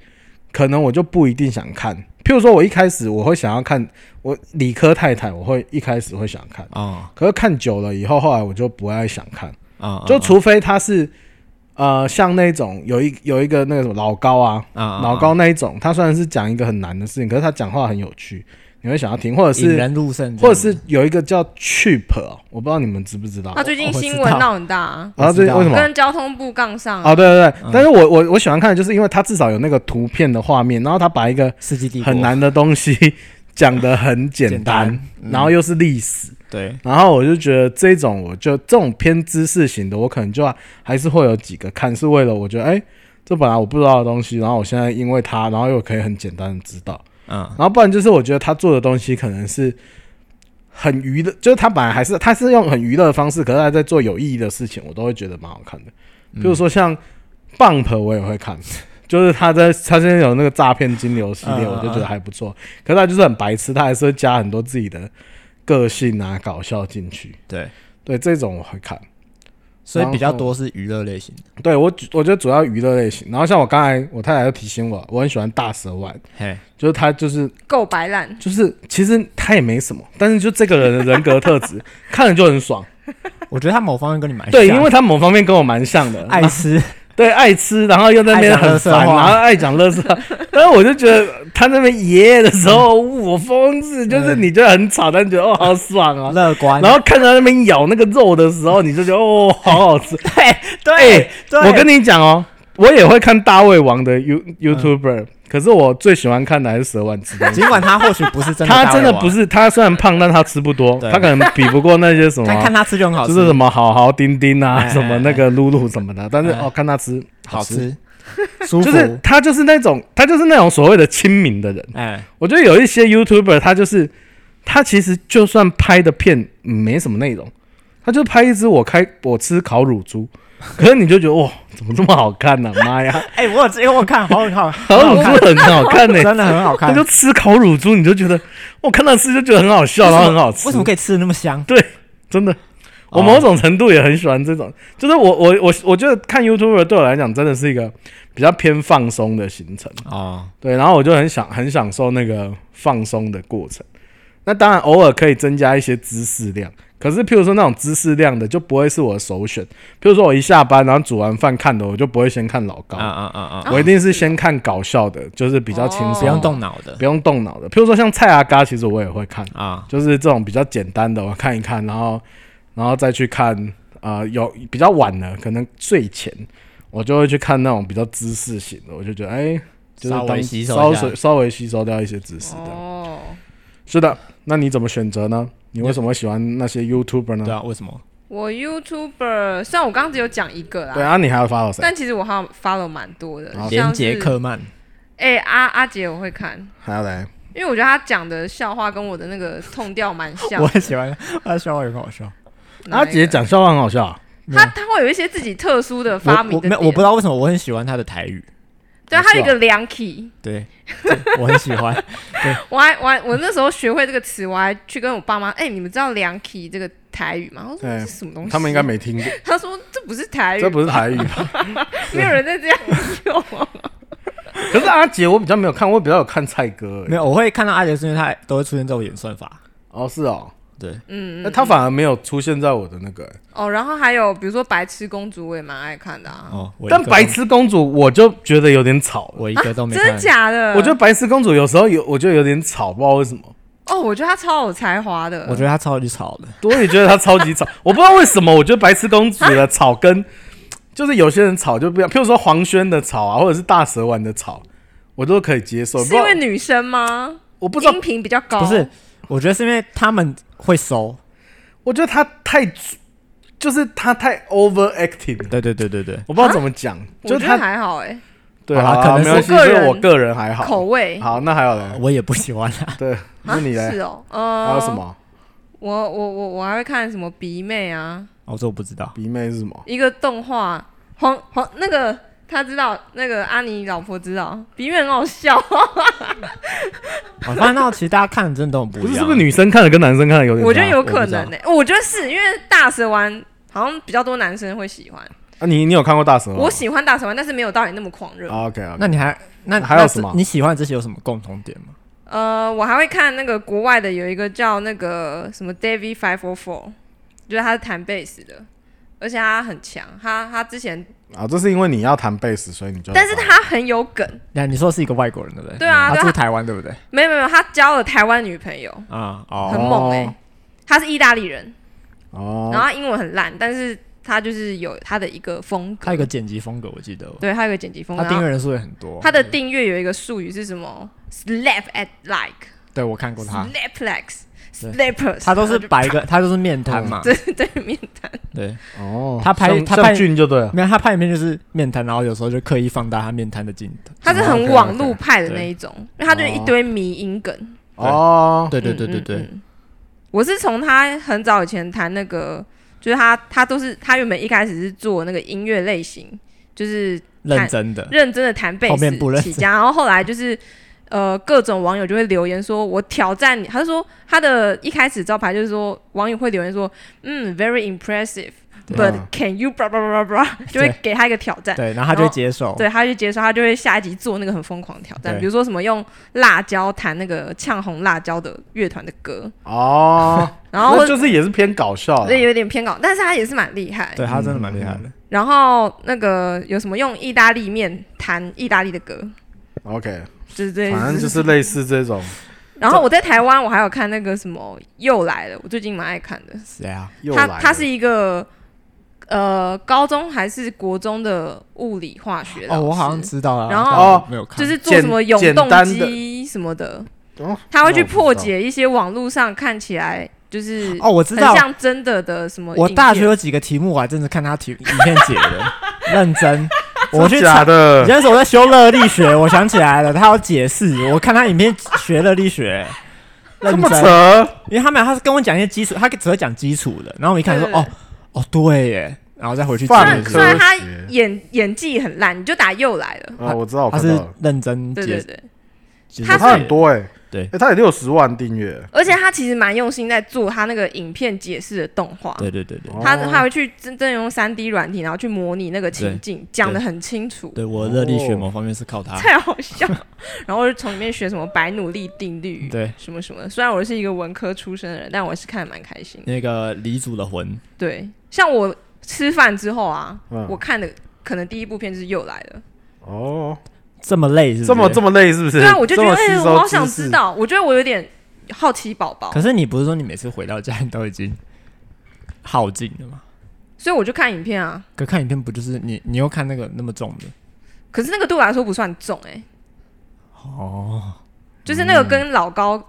可能我就不一定想看。譬如说，我一开始我会想要看我理科太太，我会一开始会想看，
哦
可是看久了以后，后来我就不爱想看，
哦，
就
哦
除非他是呃像那种有一有一个那个什么老高啊，
哦哦
老高那一种，他虽然是讲一个很难的事情，可是他讲话很有趣，你会想要听，或者
引
是
人入胜这样子，
或者是有一个叫 Cheap，哦我不知道你们知不哦知道，
他最近
我知
新闻
道
闹很大、啊，
然后这
我知道
为什么？
跟交通部杠上、
哦，对对
嗯
对，但是我我我喜欢看的就是因为它至少有那个图片的画面，然后它把一个
世纪帝国
很难的东西 讲得很简
简
单，
单嗯
然后又是历史，
对
然后我就觉得这种我就这种偏知识型的，我可能就还还是会有几个看，是为了我觉得哎、这本来我不知道的东西，然后我现在因为它，然后又可以很简单的知道，
嗯
然后不然就是我觉得他做的东西可能是。很娱乐，就是他本来还是他是用很娱乐的方式，可是他在做有意义的事情，我都会觉得蛮好看的。
嗯
比如说像 Bump，我也会看，就是他在他现在有那个诈骗金流系列，
嗯嗯嗯
我就觉得还不错。可是他就是很白痴，他还是会加很多自己的个性啊、搞笑进去。
对，
对这种我会看，
所以比较
然后
多是娱乐类型的，
对我主我觉得主要娱乐类型。然后像我刚才我太太又提醒我，我很喜欢大蛇丸，
嘿，
就是他就是
够白烂，
就是其实他也没什么，但是就这个人的人格特质看了就很爽，
我觉得他某方面跟你哎蛮像
对，因为他某方面跟我蛮像的，
爱吃，
对爱吃，然后又在那边很烦，
爱讲垃圾话
然后爱讲乐色， 但是我就觉得他那边爷爷的时候，我疯子，
嗯
就是你觉得很吵，但觉得哦好爽啊。
乐观，
然后看到那边咬那个肉的时候，你就觉得哦好 好吃。对
哎对
哎
嗯
我跟你讲哦，我也会看大胃王的 You YouTuber，、可是我最喜欢看的还是蛇丸之类的。
尽管他或许不是真的大胃王，
他真的不是，他虽然胖，但他吃不多，
对
他可能比不过那些什么，
但看他吃就很好
就
吃，
是什么好好丁丁啊，
哎
什么那个露露什么的，但是
哎
哦，看他吃
好，吃，舒服，
就是他就是那种他就是那种所谓的亲民的人。
哎，
我觉得有一些 YouTuber 他就是他其实就算拍的片嗯没什么内容，他就拍一只我开我吃烤乳猪，可是你就觉得哇怎么这么好看呢、妈呀，
哎，我有吃，因为我看好 好，
烤乳猪很好看呢、
真的很好
他
看
就，吃烤乳猪，你就觉得我看到吃就觉得很好笑，然后很好吃。
为什么可以吃的那么香？
对，真的，我
哦
某种程度也很喜欢这种，就是我我我我觉得看 YouTube 对我来讲真的是一个比较偏放松的行程，
哦，
对，然后我就很享很享受那个放松的过程。那当然偶尔可以增加一些知识量，可是譬如说那种知识量的就不会是我的首选。譬如说我一下班然后煮完饭看的，我就不会先看老高，
啊啊啊啊，
我一定是先看搞笑的，就是比较轻
哦
松，
不用动脑的
不用动脑的。譬如说像蔡阿嘎，其实我也会看。
啊，
就是这种比较简单的，我看一看，然后然后再去看，呃，有比较晚了，可能睡前，我就会去看那种比较知识型的，我就觉得哎、就是
稍微
当
吸收
稍
一下
微稍微吸收掉一些知识的。
哦，
是的，那你怎么选择呢？你为什么会喜欢那些 YouTuber 呢？
对啊，为什么？
我 YouTuber 虽然我刚刚只有讲一个啦，
对啊，你还要发到谁？
但其实我好像 follow 蛮多的，
连
像
杰
是
克曼，
哎、阿阿杰我会看，
还要来？
因为我觉得他讲的笑话跟我的那个痛调蛮像
我。很喜欢，他的笑话也很好笑。
哪一
阿
个
杰，讲笑话很好笑、啊，
他他会有一些自己特殊的
我
发明
我
的
没有，我不知
道，
道为什么我很喜欢他的台语，
对，他有一
是
个良 key，
对，我很喜欢。
我还我还我那时候学会这个词，我还去跟我爸妈，哎、你们知道良 key 这个台语吗？我说
哎
这是什么东西？哎
他们应该，没听过，
他说这不是台语，
这不是台语 吧？
没有人在这样用。
可是阿杰我比较没有看，我比较有看蔡哥、
没
有
有，我会看到阿杰出现，他都会出现在我演算法。
哦，是哦，
对，
嗯，
那、他反而没有出现在我的那个、哎
哦，然后还有比如说白痴公主，我也蛮爱看的啊。
哦，我一
但
个
白
都，
痴公主我就觉得有点吵了，
我一个都没
啊真的
看。
假的？
我觉得白痴公主有时候有，我觉得有点吵，不知道为什么。
哦，我觉得他超有才华的。
我觉得他超级吵的，
我也觉得她超级吵，我不知道为什么，我觉得白痴公主的吵跟就是有些人吵就不一样，譬如说黄轩的吵啊，或者是大蛇丸的吵，我都可以接受。
是因为女生吗？
我不知道，我不知道，
音频比较高，
不是？我觉得是因为他们会收。
我觉得她太就是她太 overacting 了，
对对对对对，
我不知道怎么讲，
啊我
就
觉得
她
还好哎，
对
好啦
啊，
可能是
没关系，
我个
因
人
为我个人还好。
口味啊
好，那还有嘞，
我也不喜欢啊他。
对，那你嘞
是，哦，
还
呃，
有什？么
我我我我还会看什么鼻妹啊，
哦，这我不知道。
鼻妹是什么？
一个动画黄黄那个他知道那个阿尼老婆知道鼻妹很好笑，
我发现到其实大家看的真的都很不
不
一
是，
样。
是不是女生看的跟男生看的有点差？
我觉得有
不知
可能呢、欸我觉得是因为大蛇丸好像比较多男生会喜欢，
啊，你你有看过大
哦
蛇吗？
我喜欢大蛇丸，但是没有到你那么狂热。
OK 啊，
那你还那
还有
那
什么
你喜欢这些有什么共同点吗？
呃，我还会看那个国外的有一个叫那个什么 David Five Four Four，就是他是弹贝斯的，而且他很强，他他之前，
啊，这是因为你要弹贝斯，所以你就
但是他很有梗，
那你说是一个外国人对不对？
对啊
他
对啊
住台湾对不对？
没有没有，他交了台湾女朋友，
啊
很
哦，
猛哎、他是意大利人，然
哦，
后他英文很烂，但是他就是有他的一个风
他
格
有，个剪辑风格，我记得
对，他有一个剪辑风格，
他订阅
然后
人数也很多。
他的订阅有一个术语是什么？Slap at like
对我看过他，
Slaplex
啊对
Slappers，
他都是
然后就
白 个，他都是面瘫嘛。
对对面谈，
对，
哦，
他拍
像
他
像
拍
俊就对了，
没有他拍影片就是面瘫，然后有时候就刻意放大他面瘫的镜头。
他是很
OK，OK，
网路派的
对
那一种，因为他就是一堆迷音梗。
哦，
哦对对
嗯
对对对，
嗯嗯我是从他很早以前谈那个，就是他他都是他原本一开始是做那个音乐类型，就是
认真的。
认真的弹贝
后面不认
斯
真
起家，然后后来就是呃，各种网友就会留言说：“我挑战你。”他就说他的一开始招牌就是说，网友会留言说：“嗯，very impressive。” But
嗯
can you blah blah blah blah，blah，就会
对
给他一个挑战，
对，然后他就会接受，
对，他就接受，他就会下一集做那个很疯狂的挑战，
对
比如说什么用辣椒弹那个呛红辣椒的乐团的歌，
哦，
然后
那就是也是偏搞笑啊
所以
啦，
有点偏搞，但是他也是蛮厉害。
对他真的蛮厉害的。
然后那个有什么用意大利面弹意大利的歌，
OK，
就是这。
反正就是类似这种。
然后我在台湾，我还有看那个什么又来了，我最近蛮爱看的。
谁啊？
又
他
来了
他是一个呃高中还是国中的物理化学老
哦，
师，
我好像知道了，
然后
但我没有看，
就是做什么
简
永
简
动
单的
机什么的，
哦
他会去
那我不
破
知道
解一些网络上看起来就是
哦，我知
很
道，
像真的的什么影片。
我大学有几个题目，我还真的看他题影片解的，认真。 我去
真
查
假，的
你那时候我在修热力学，我想起来了，他有解释。我看他影片学热力学，
这
认
么
真，
扯，
因为他们他是跟我讲一些基础，他只会讲基础的，然后我一看说
对对
哦哦对耶，然后再回去
放
解
虽然
释
虽然他
科学
演演技很烂，你就打又来了。
啊，我知道，我
他
看
是
到了，
认真
对对
解，
对，
解
他
释
是
他很多哎，
对
哎，他有六十万订阅，
而且他其实蛮用心在做他那个影片解释的动画。
对对对对，
他
哎哦
他会去真正用三 D 软体，然后去模拟那个情
对
境，讲的很清楚，
对我热力学
哦
某方面是
啊
靠他，
太好笑了。然后就从里面学什么白努力定律，
对
什么什么的。虽然我是一个文科出身的人，但我是看的蛮开心的。
那个黎族的魂，
对，像我吃饭之后啊，
嗯
我看的可能第一部片就是又来了，
哦，
这么累是不是
这么这么累是不是？
对啊，我就觉得
这么
哎、
吸收
我好想
知识
知。道，我觉得我有点好奇宝宝
可，是你不是说你每次回到家你都已经耗尽了吗？
所以我就看影片啊。
可看影片不就是你你又看那个那么重的
可是那个对我来说不算重哎、
哦？
就是那个
嗯
跟老高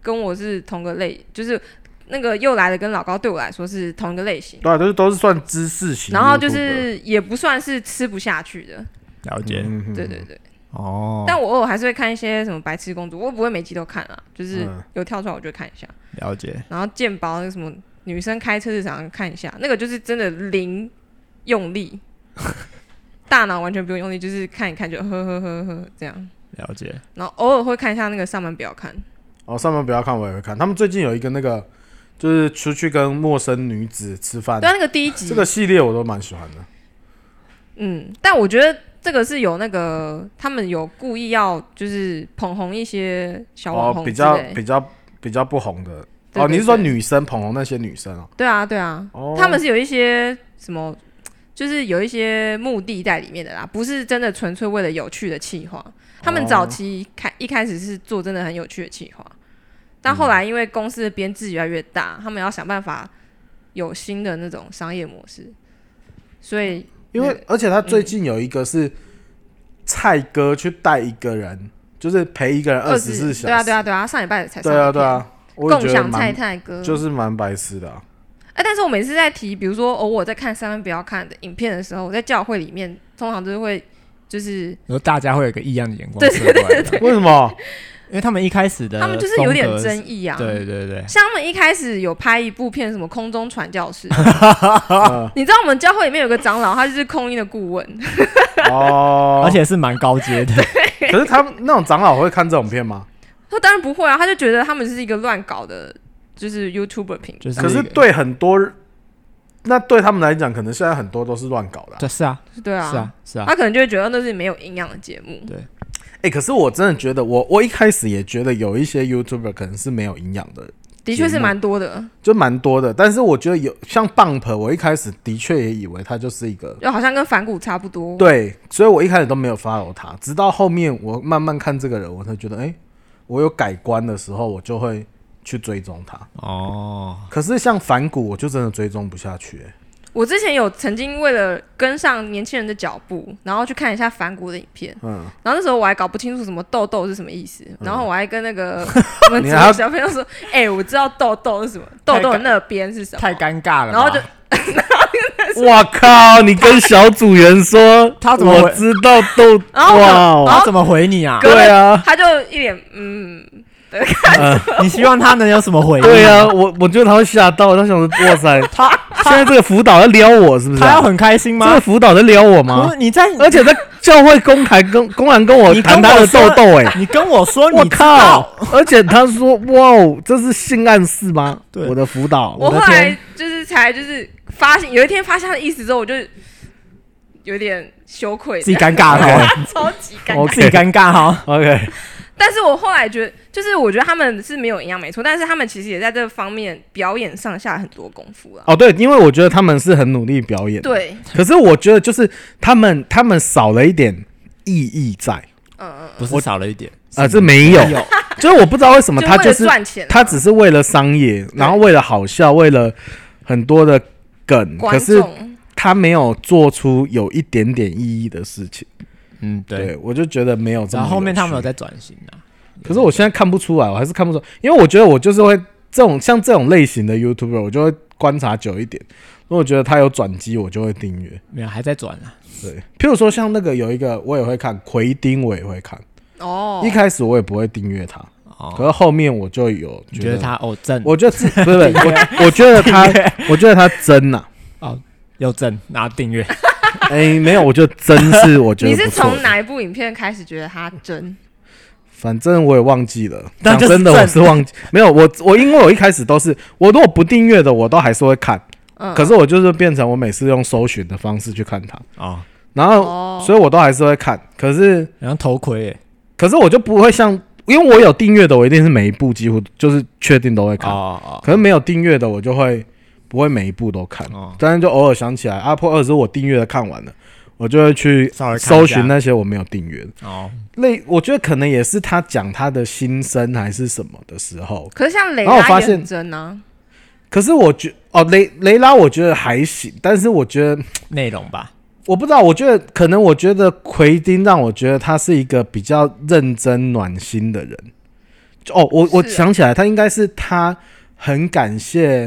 跟我是同个类，就是那个又来了跟老高对我来说是同一个类型，
对啊，都是都是算知识型 YouTuber。
然后就是也不算是吃不下去的，
了解、
嗯，嗯
对对对。
哦，
但我偶尔还是会看一些什么白痴公主，我不会每集都看啊，就是
嗯
有跳出来我就看一下，
了解
然后健保那个什么女生开车日常看一下，那个就是真的零 用力。大脑完全不用用力，就是看一看就呵呵呵呵这样，
了解，
然后偶尔会看一下那个上班表看，
哦，上面不要看，我也会看。他们最近有一个那个，就是出去跟陌生女子吃饭
对，啊，那个第一集
这个系列我都蛮喜欢的。
嗯，但我觉得这个是有那个他们有故意要就是捧红一些小网
哦，
红
比
之
较
类。
比较比较不红的。
对
哦，
对
你是说
对
女生捧红那些女生哦？
对啊，对啊，
哦
他们是有一些什么，就是有一些目的在里面的啦，不是真的纯粹为了有趣的企划。他们早期开一开始是做真的很有趣的企划，但后来因为公司的编制越来越大，他们要想办法有新的那种商业模式，所以
因为而且他
嗯
最近有一个是蔡哥去带一个人，就是陪一个人二十四小时。
对啊对啊对啊，上礼拜才上
对啊
一
对
篇
啊，我也
共
觉得
享菜
蛮
太哥
就是蛮白痴的啊。
哎、但是我每次在提，比如说偶尔在看三分不要看的影片的时候，我在教会里面通常都是会就是
然后大家会有一个异样的眼光射过来的，
为什么？
因为他们一开始的
他们就是有点
风格
争议啊。
对对对，
像他们一开始有拍一部片，什么空中传教士，
嗯
你知道我们教会里面有个长老，他就是空音的顾问，
哦，
而且是蛮高阶的，
可是他们那种长老会看这种片吗？
他当然不会啊，他就觉得他们是一个乱搞的，就是 YouTuber 频道，
就是
可是
一个
对很多，那对他们来讲，可能现在很多都是乱搞的啊、
对是啊
对啊，
是啊是啊
他，可能就会觉得那是没有营养的节目，
哎、可是我真的觉得我，我一开始也觉得有一些 YouTuber 可能是没有营养的，
的确
节
是
目
蛮多的，
就蛮多的。但是我觉得有像棒婆，我一开始的确也以为他就是一个
就好像跟反骨差不多。
对，所以我一开始都没有 follow 他，直到后面我慢慢看这个人，我才觉得，哎、我有改观的时候，我就会去追踪他。
哦，
可是像反骨，我就真的追踪不下去、哎
我之前有曾经为了跟上年轻人的脚步，然后去看一下反骨的影片，
嗯，
然后那时候我还搞不清楚什么痘痘是什么意思，然后我还跟 那个我们
你
组
还要
的小朋友说，哎、我知道痘痘是什么，痘痘的那边是什么
太，尴尬了吧，
然后就
我靠，你跟小组员说，
他怎么会
我知道都
然后我
哇
然
哦，
后
他怎么回你啊？
隔
对
了，
啊
他就一脸嗯，
呃
你希望他能有什么回应？
啊对啊，我我觉得他会吓到，他想说，哇塞，
他
现在这个辅导在撩我是不是
他
啊、
要很开心
这个
吗？
辅导在撩我吗呃
不？是你在，
而且在教会公台跟公然跟我
你跟
谈他
我
的
说
痘痘、欸，
你跟我说你
我
知道，哦
靠！而且他说：“哇哦，这是性暗示吗？”
对
我的辅导，
我
的
后来
天，
就是才就是发现，有一天发现他的意思之后，我就有点羞愧，
自己尴尬哈，
超级尴尬。
OK
自己尴尬哈。
OK，
但是我后来觉得，就是我觉得他们是没有营养没错，但是他们其实也在这方面表演上下很多功夫啊。
哦对，因为我觉得他们是很努力表演，，
对，
可是我觉得就是他们他们少了一点意义在
嗯嗯，
不是少了一点
啊、这没有，
有
就是我不知道为什么
就
他
为
就
了
是
赚钱啊，
他只是为了商业，然后为了好笑，为了很多的梗，可
观
是
众
他没有做出有一点点意义的事情，
嗯对。
对我就觉得没有这
然
么有
后
趣。
后面他们有在转型啊，
可是我现在看不出来，我还是看不出来，因为我觉得我就是会这种像这种类型的 YouTuber，我就会观察久一点。如果觉得他有转机，我就会订阅。
没有还在转啊。
对，譬如说像那个有一个我也会看奎丁，我也会看。
哦
一，开始我也不会订阅他，
哦，
可是后面我就有
你觉得，他哦正
我觉得自嗯 不是不是我，我觉得他，我觉得他真 呐、
又正，然后订 阅，
哎、没有，我觉得真是我觉得
你
不
是
错的
从哪一部影片开始觉得他真？
反正我也忘记了，
但
讲
就是
真的，
正
我是忘记没有我我因为我一开始都是我如果不订阅的，我都还是会看，
嗯，
可是我就是变成我每次用搜寻的方式去看它，
啊，
然后、
哦
所以我都还是会看，可是
然后头盔耶，
可是我就不会像，因为我有订阅的，我一定是每一部几乎就是确定都会看，
哦
可是没有订阅的，我就会不会每一部都看，
哦，
当然就偶尔想起来啊，破二十我订阅的看完了，我就会去
稍微看一
搜
下
寻那些我没有订阅的。
哦，
类，我觉得可能也是他讲他的心声还是什么的时候。
可是像雷
然后我
拉
发
也
现
很真啊，
可是我觉哦，雷雷拉我觉得还行，但是我觉得
内容吧，
我不知道，我觉得可能我觉得奎丁让我觉得他是一个比较认真暖心的人。就哦，我我
是啊
想起来，他应该是他很感谢，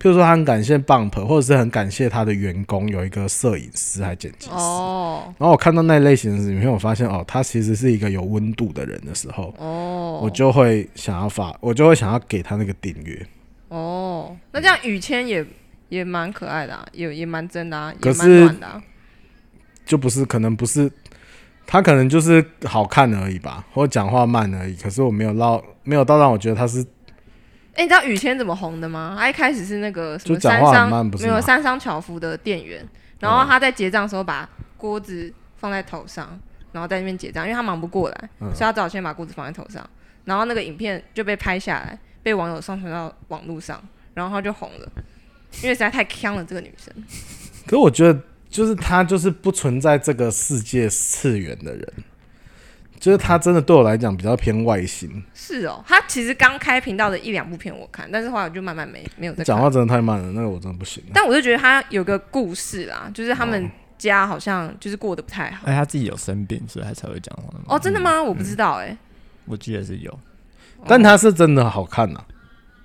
譬如说他很感谢 Bump，或者是很感谢他的员工有一个摄影师还剪辑师。
哦
然后我看到那类型的影片，我发现哦，他其实是一个有温度的人的时候，
哦，
我就会想要发，我就会想要给他那个订阅。
哦，那这样雨谦也也蛮可爱的、啊，也也蛮真的、啊，也
可
蛮
是
暖的、啊。
就不是可能不是他，可能就是好看而已吧，或讲话慢而已。可是我没有到没有到让我觉得他是
哎、你知道雨谦怎么红的吗？他一开始是那个什么
就讲
三
话很
商
慢不是
没有
吗哦
三商巧福的店员，然后他在结账的时候把锅子放在头上，然后在那边结账，因为他忙不过来，
嗯
所以他只好先把锅子放在头上。然后那个影片就被拍下来，被网友上传到网络上，然后他就红了，因为实在太坑了这个女生。
可是我觉得就是他就是不存在这个世界次元的人，就是他真的对我来讲比较偏外形，
是哦，他其实刚开频道的一两部片我看，但是后来我就慢慢没没有再看
讲话真的太慢了，那个我真的不行啊了。
但我就觉得他有个故事啦，就是他
哦
们家好像就是过得不太好。
哎，他自己有生病，所以他才会讲话。
哦，真的吗？我不知道哎、
我记得是有。
但他是真的好看呐、啊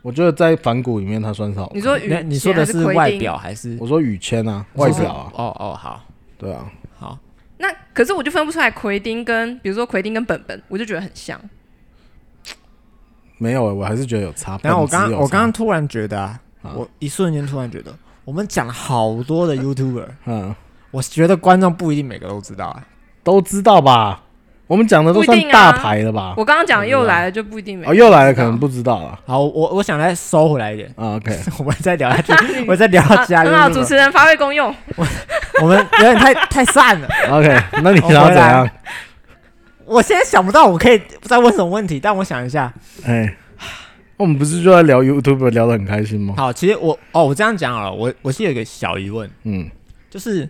我觉得在反骨里面他算是好看。
你说雨
那你说的
贤还奎
外
丁
表还是
我说宇谦啊，外表啊，
哦哦，好
对啊，
好，
那可是我就分不出来奎丁跟比如说奎丁跟本本，我就觉得很像。
没有、欸，我还是觉得有差。
然后我
本质
刚
有
我
差
刚刚突然觉得啊，
啊
我一瞬间突然觉得，我们讲了好多的 YouTuber，
嗯，
我觉得观众不一定每个都知道啊。
都知道吧？我们讲的都
不一
算
定啊
大牌了吧？
我刚刚讲又来了就不一定没。
哦，又来了，可能不知道了。
好，我我想再收回来一点，
啊，OK，
我们再聊下 去，我再聊到其他
啊很好，
YouTuber
主持人发挥功用。
我们有点太 太散了。
OK，那你想要怎样？
我现在想不到我可以再问什么问题，但我想一下。
哎，我们不是就在聊 YouTube 聊得很开心吗？
好，其实我哦，我这样讲好了，我我是有一个小疑问，
嗯，
就是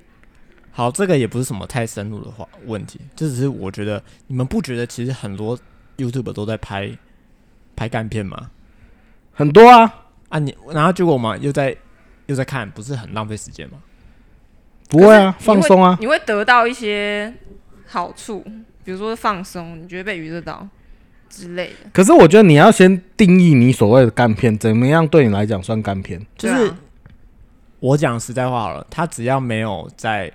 好，这个也不是什么太深入的话问题，这只是我觉得你们不觉得其实很多 YouTube 都在拍拍干片吗？
很多啊，
啊你，然后结果我们又在又在看，不是很浪费时间吗？
不会啊，
可是
放松啊。
你会得到一些好处，比如说放松，你觉得被娱乐到之类的。
可是我觉得你要先定义你所谓的干片，怎么样对你来讲算干片？
就
对
是
啊
我讲实在话好了，他只要没有在，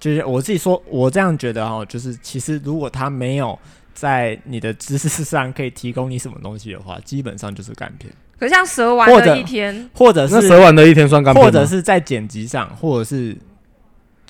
就是我自己说，我这样觉得哈，就是其实如果他没有在你的知识上可以提供你什么东西的话，基本上就是干片。
可是像蛇丸
或者
的一天，
或者
那
是
蛇丸的一天算干片吗
或者是在剪辑上，或者是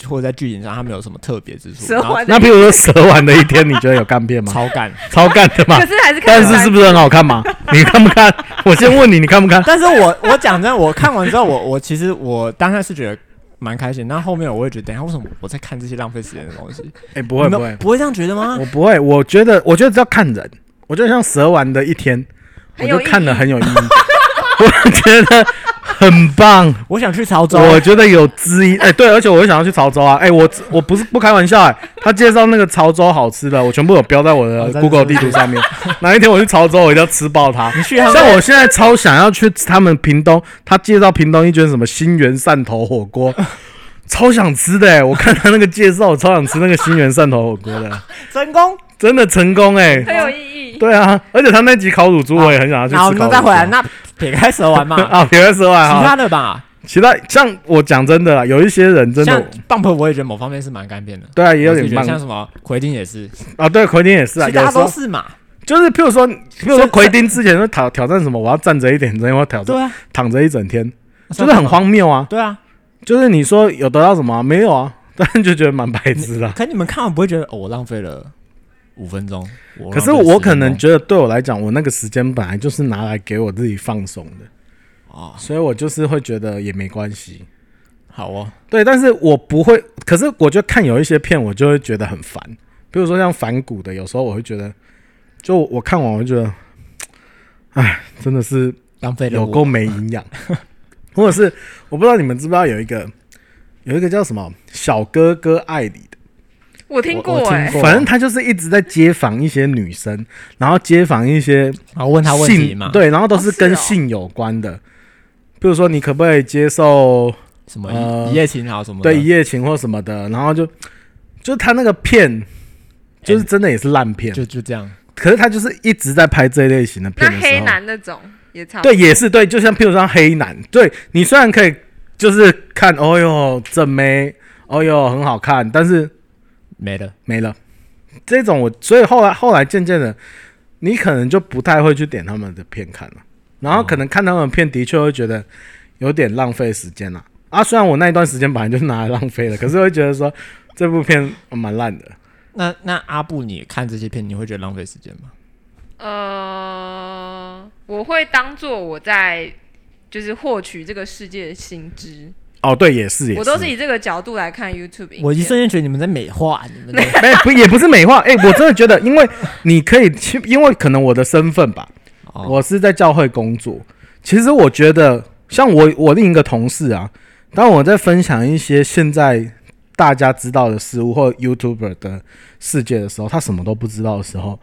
或者在剧情上，他们有什么特别之处？
蛇
然后
丸的
那
一
比如说蛇丸的一天，你觉得有干片吗？
超干。
超干的嘛
可，是还是看
啊但
得
是
来
是不是很好看 嘛？你看不看？我先问你，你看不看？
但是我我讲真的，我看完之后，我我其实我当下是觉得蛮开心，但后面我会觉得，等一下为什么我在看这些浪费时间的东西？
哎，不会
你
不
们
会，
不会这样觉得吗？
我不会，我觉得我觉得要看人，我觉得像蛇丸的一天，我
很有
就
意义
看了很有意义， 我觉得很棒，
我想去潮州，
我觉得有知音，哎、对，而且我也想要去潮州啊，哎、我我不是不开玩笑、哎，他介绍那个潮州好吃的，我全部有标在我
哦真
的
的
Google 地图上面。哪一天我去潮州，我一定要吃爆它。
你去他
像
们
我现在超想要去他们屏东，他介绍屏东一间什么新源汕头火锅， 超想吃的、哎，我看他那个介绍，我超想吃那个新源汕头火锅的，
成功，
真的成功哎、
很有意义。
对啊，而且他那集烤乳猪，我也很想要去吃
然
烤
后
乳猪。
那再回来，那撇开蛇丸 嘛，
啊，别说
其
啊，好
他的吧，
其他像我讲真的啦，有一些人真
像
的，
bump 我也觉得某方面是蛮干变的，
对啊，也有
我
点
是觉得像
慢
什么奎丁也是，
啊。对，奎丁也是啊，
其
有
他
时
都
候
是嘛，
就是，譬如说，譬如
这
说奎丁之前说挑挑战什么，我要站着一整天，我要挑
对
战
啊，
躺着一整天，就是很，荒谬啊。
对啊，
就是你说有得到什么啊、没有啊， 但就觉得蛮白痴的啊。
可你们看完不会觉得哦，我浪费了五分钟，我
可是
浪费
我
10
可能
分钟
觉得，对我来讲，我那个时间本来就是拿来给我自己放松的，
哦，
所以我就是会觉得也没关系。
好哦，
对，但是我不会。可是我就看有一些片，我就会觉得很烦。比如说像反骨的，有时候我会觉得，就我看完我就觉得，哎，真的是
浪费了
有
我
够没营养。或者是我不知道你们知不知道有一个有一个叫什么小哥哥爱你的，
我听
我
过
我
哎
听，过
反正他就是一直在街访一些女生，然后街访一些
然后问他问题
性
嘛，，
对，然后都是
哦是
跟
哦
性有关的。比如说，你可不可以接受
什么
呃
一一夜情好什么的，
对一夜情或什么的，然后就就他那个片，就是真的也是烂片，
哎就就这样，
可是他就是一直在拍这一类型的
那
片的
黑
时候，
男那种也差不多
对，也是对，就像譬如说黑男，对你虽然可以就是看，哦哟正妹，哦哟很好看，但是
没了，
没了这种我，所以后来后来渐渐的，你可能就不太会去点他们的片看了，然后可能看他们的片的确会觉得有点浪费时间啦。啊，虽然我那一段时间本来就拿来浪费了，可是会觉得说这部片呃蛮烂的。
那那阿布，你看这些片，你会觉得浪费时间吗？
呃，我会当做我在就是获取这个世界的新知，
哦，对，也是，也是，
我都是以这个角度来看 YouTube 影片。
我一瞬间觉得你们在美化你 们的，
没不也不是美化，哎、我真的觉得，因为你可以去，因为可能我的身份吧，
哦
我是在教会工作。其实我觉得，像我我另一个同事啊，当我在分享一些现在大家知道的事物或 YouTuber 的世界的时候，他什么都不知道的时候，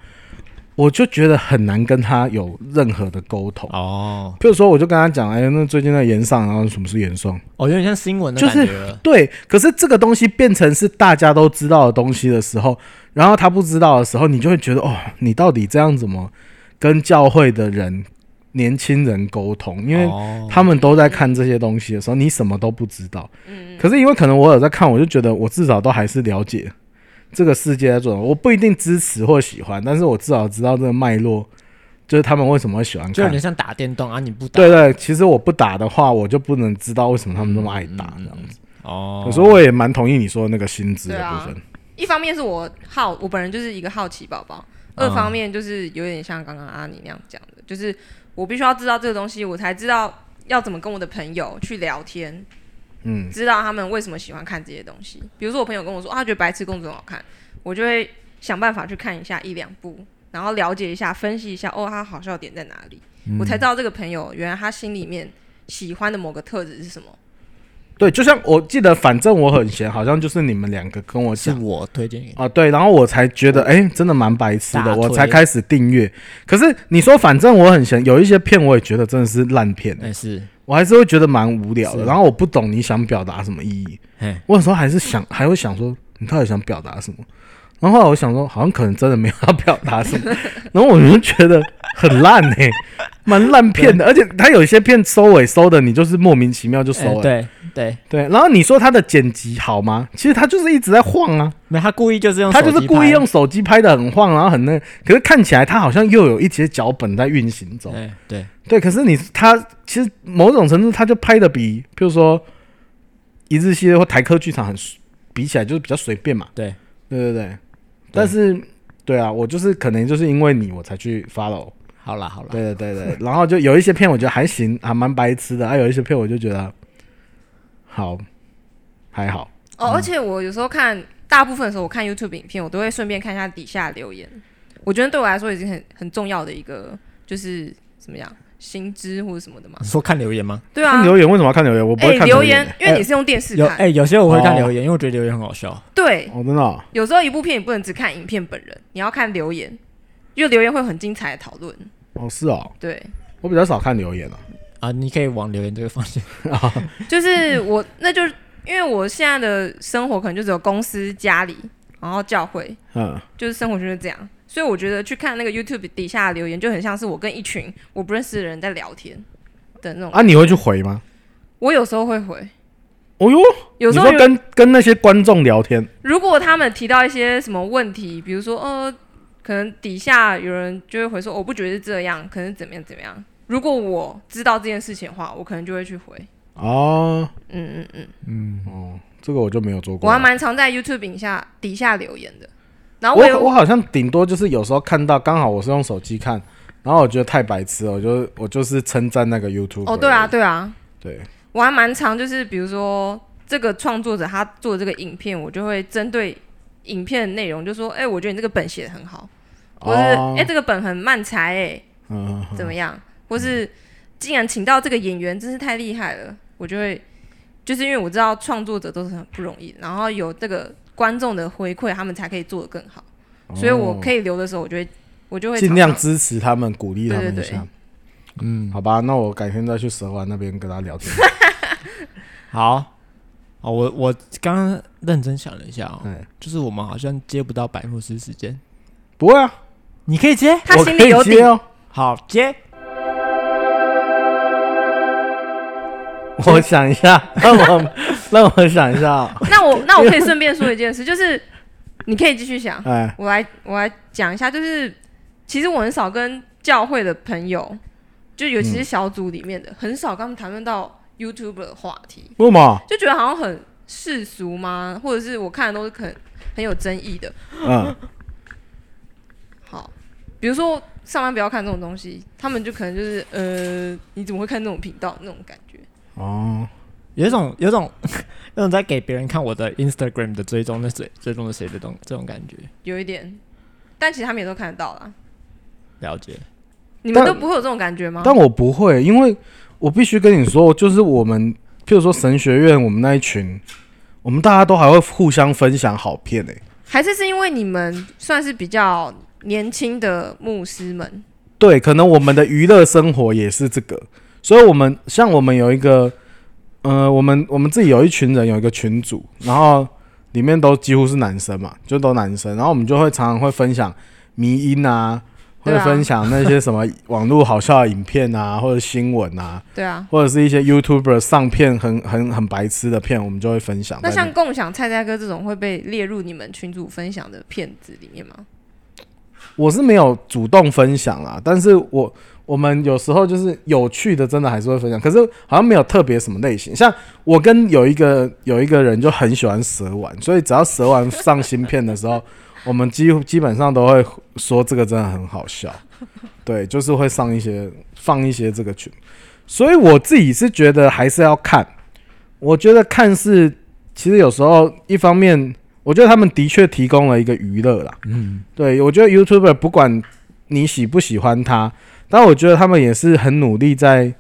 我就觉得很难跟他有任何的沟通。
哦
譬如说，我就跟他讲，哎、那最近在延上，然后什么是延上？
哦，有点像新闻的
就
感
是
觉了，
对，可是这个东西变成是大家都知道的东西的时候，然后他不知道的时候，你就会觉得哦，你到底这样怎么跟教会的人、年轻人沟通？因为
哦
他们都在看这些东西的时候，你什么都不知道。
嗯，
可是因为可能我有在看，我就觉得我至少都还是了解这个世界在做什么。我不一定支持或喜欢，但是我至少知道这个脉络，就是他们为什么会喜欢
就有
看
点。像打电动啊，你不打，
对对，其实我不打的话，我就不能知道为什么他们那么爱打这样子。
哦，
有时候我也蛮同意你说的那个薪资的部分，
一方面是我好，我本人就是一个好奇宝
啊
宝；
嗯
二方面就是有点像刚刚阿尼那样讲的，就是我必须要知道这个东西，我才知道要怎么跟我的朋友去聊天，
嗯，
知道他们为什么喜欢看这些东西。比如说我朋友跟我说啊，他觉得《白痴公主》很好看，我就会想办法去看一下一两部，然后了解一下、分析一下，哦，他好笑点在哪里，
嗯
我才知道这个朋友原来他心里面喜欢的某个特质是什么。
对，就像我记得，反正我很闲，好像就是你们两个跟我
是
讲
我推荐给你，
啊，对，然后我才觉得，哎、真的蛮白痴的，
大推
我才开始订阅。可是你说反正我很闲，有一些片我也觉得真的是烂片、
但哎是
我还是会觉得蛮无聊的。
是
然后我不懂你想表达什么意义，
嘿，
我有时候还是想，还会想说你到底想表达什么。然后后来我想说，好像可能真的没有要表达什 么，然后我就觉得很烂哎、蛮烂片的，而且它有一些片收尾收的，你就是莫名其妙就收
哎
了。
对，对，
对，然后你说他的剪辑好吗？其实他就是一直在晃啊，
没有他故意就是用
他就是
手机
故意
拍
用手机拍的很晃，然后很那，可是看起来他好像又有一些脚本在运行中。
对哎对
对，可是你他其实某种程度他就拍的比，譬如说一日系列或台科剧场很比起来就是比较随便嘛。
对
对对对，但是对啊，我就是可能就是因为你我才去 follow。
好啦好啦，
对对对对， 然后就有一些片我觉得还行，还蛮白痴的；，还、啊有一些片我就觉得好还好。
哦，而且我有时候看，大部分的时候我看 YouTube 影片，我都会顺便看一下底下留言。我觉得对我来说已经很很重要的一个，就是怎么样，薪资或者什么的嘛。
你说看留言吗？
对
看
啊，
留言为什么要看留言？我不
哎、
会看
留
言
言，
的。
因为你是用电视
有
看，
哎、有些我会看
哦
留言，因为我觉得留言很好笑。
对，
哦，真的哦、
有时候一部片你不能只看影片本人，你要看留言，因为留言会有很精彩的讨论。
哦，是哦，
对，
我比较少看留言了、
啊，你可以往留言这个方向。
就是我，那就是因为我现在的生活可能就只有公司、家里，然后教会，
嗯，
就是生活圈是这样。所以我觉得去看那个 YouTube 底下的留言，就很像是我跟一群我不认识的人在聊天的那种。
啊，你会去回吗？
我有时候会回，
哦哟，
有
你
时候
说
有
跟跟那些观众聊天，
如果他们提到一些什么问题，比如说呃，可能底下有人就会回说我不觉得是这样，可能怎么样怎么样。如果我知道这件事情的话，我可能就会去回。
哦
嗯嗯嗯，
哦，这个我就没有做过
我还
了。
蛮常在 YouTube 底下底下留言的。然后
我
我有
我好像顶多就是有时候看到，刚好我是用手机看，然后我觉得太白痴了，我就我就是称赞那个 YouTube。
哦，对啊，，对啊，
对，
我还蛮常就是比如说这个创作者他做这个影片，我就会针对影片的内容就说，哎、我觉得你这个本写的很好，或是哎、
哦
这个本很慢才哎、
嗯，
怎么样，或是竟然请到这个演员，真是太厉害了，我就会就是因为我知道创作者都是很不容易，然后有这个观众的回馈，他们才可以做得更好，所以我可
以
以留的时候，我就会我就会
哦尽量
常常
支持他们，鼓励他们一
对对
下
对。
嗯，
好吧，那我改天再去蛇丸那边跟他 聊天。
好，哦，我我刚刚认真想了一下、哦，
嗯，
就是我们好像接不到百慕斯时间，
不会啊，
你可以接，
他
我
心
可
里
以
有
接
底，
哦。
好接，
我想一下，让我让我想一下啊。
那我那我可以顺便说一件事，就是你可以继续想。
哎，
我来我来讲一下，就是其实我很少跟教会的朋友，就尤
嗯
其是小组里面的，很少跟他们谈论到 YouTube 的话题，
为什么？
就觉得好像很世俗吗？或者是我看的都是很很有争议的。
嗯，
好，比如说上班不要看这种东西，他们就可能就是呃，你怎么会看那种频道那种感觉？
哦，
有一种有一种 有一种在给别人看我的 Instagram 的追踪那谁追踪的谁的东这种感觉，
有一点，但其实他们也都看得到啦。
了解，
你们
但
都不会有这种感觉吗？
但我不会，因为我必须跟你说，就是我们，譬如说神学院，我们那一群，我们大家都还会互相分享好片欸诶、
还是是因为你们算是比较年轻的牧师们，
对，可能我们的娱乐生活也是这个，所以我们像我们有一个，呃，我们我们自己有一群人有一个群组，然后里面都几乎是男生嘛，就都男生，然后我们就会常常会分享迷音啊，会
对啊
分享那些什么网络好笑的影片啊，或者新闻啊，
对啊，
或者是一些 YouTuber 上片很很很白痴的片，我们就会分享在里
那
面。
像共享菜菜哥这种会被列入你们群主分享的片子里面吗？
我是没有主动分享啦，但是我我们有时候就是有趣的，真的还是会分享，可是好像没有特别什么类型。像我跟有一个有一个人就很喜欢蛇丸，所以只要蛇丸上新片的时候，我们几乎基本上都会说这个真的很好笑，对，就是会上一些放一些这个群，所以我自己是觉得还是要看，我觉得看是其实有时候一方面，我觉得他们的确提供了一个娱乐啦。
嗯，
对，我觉得 YouTuber 不管你喜不喜欢他，但我觉得他们也是很努力在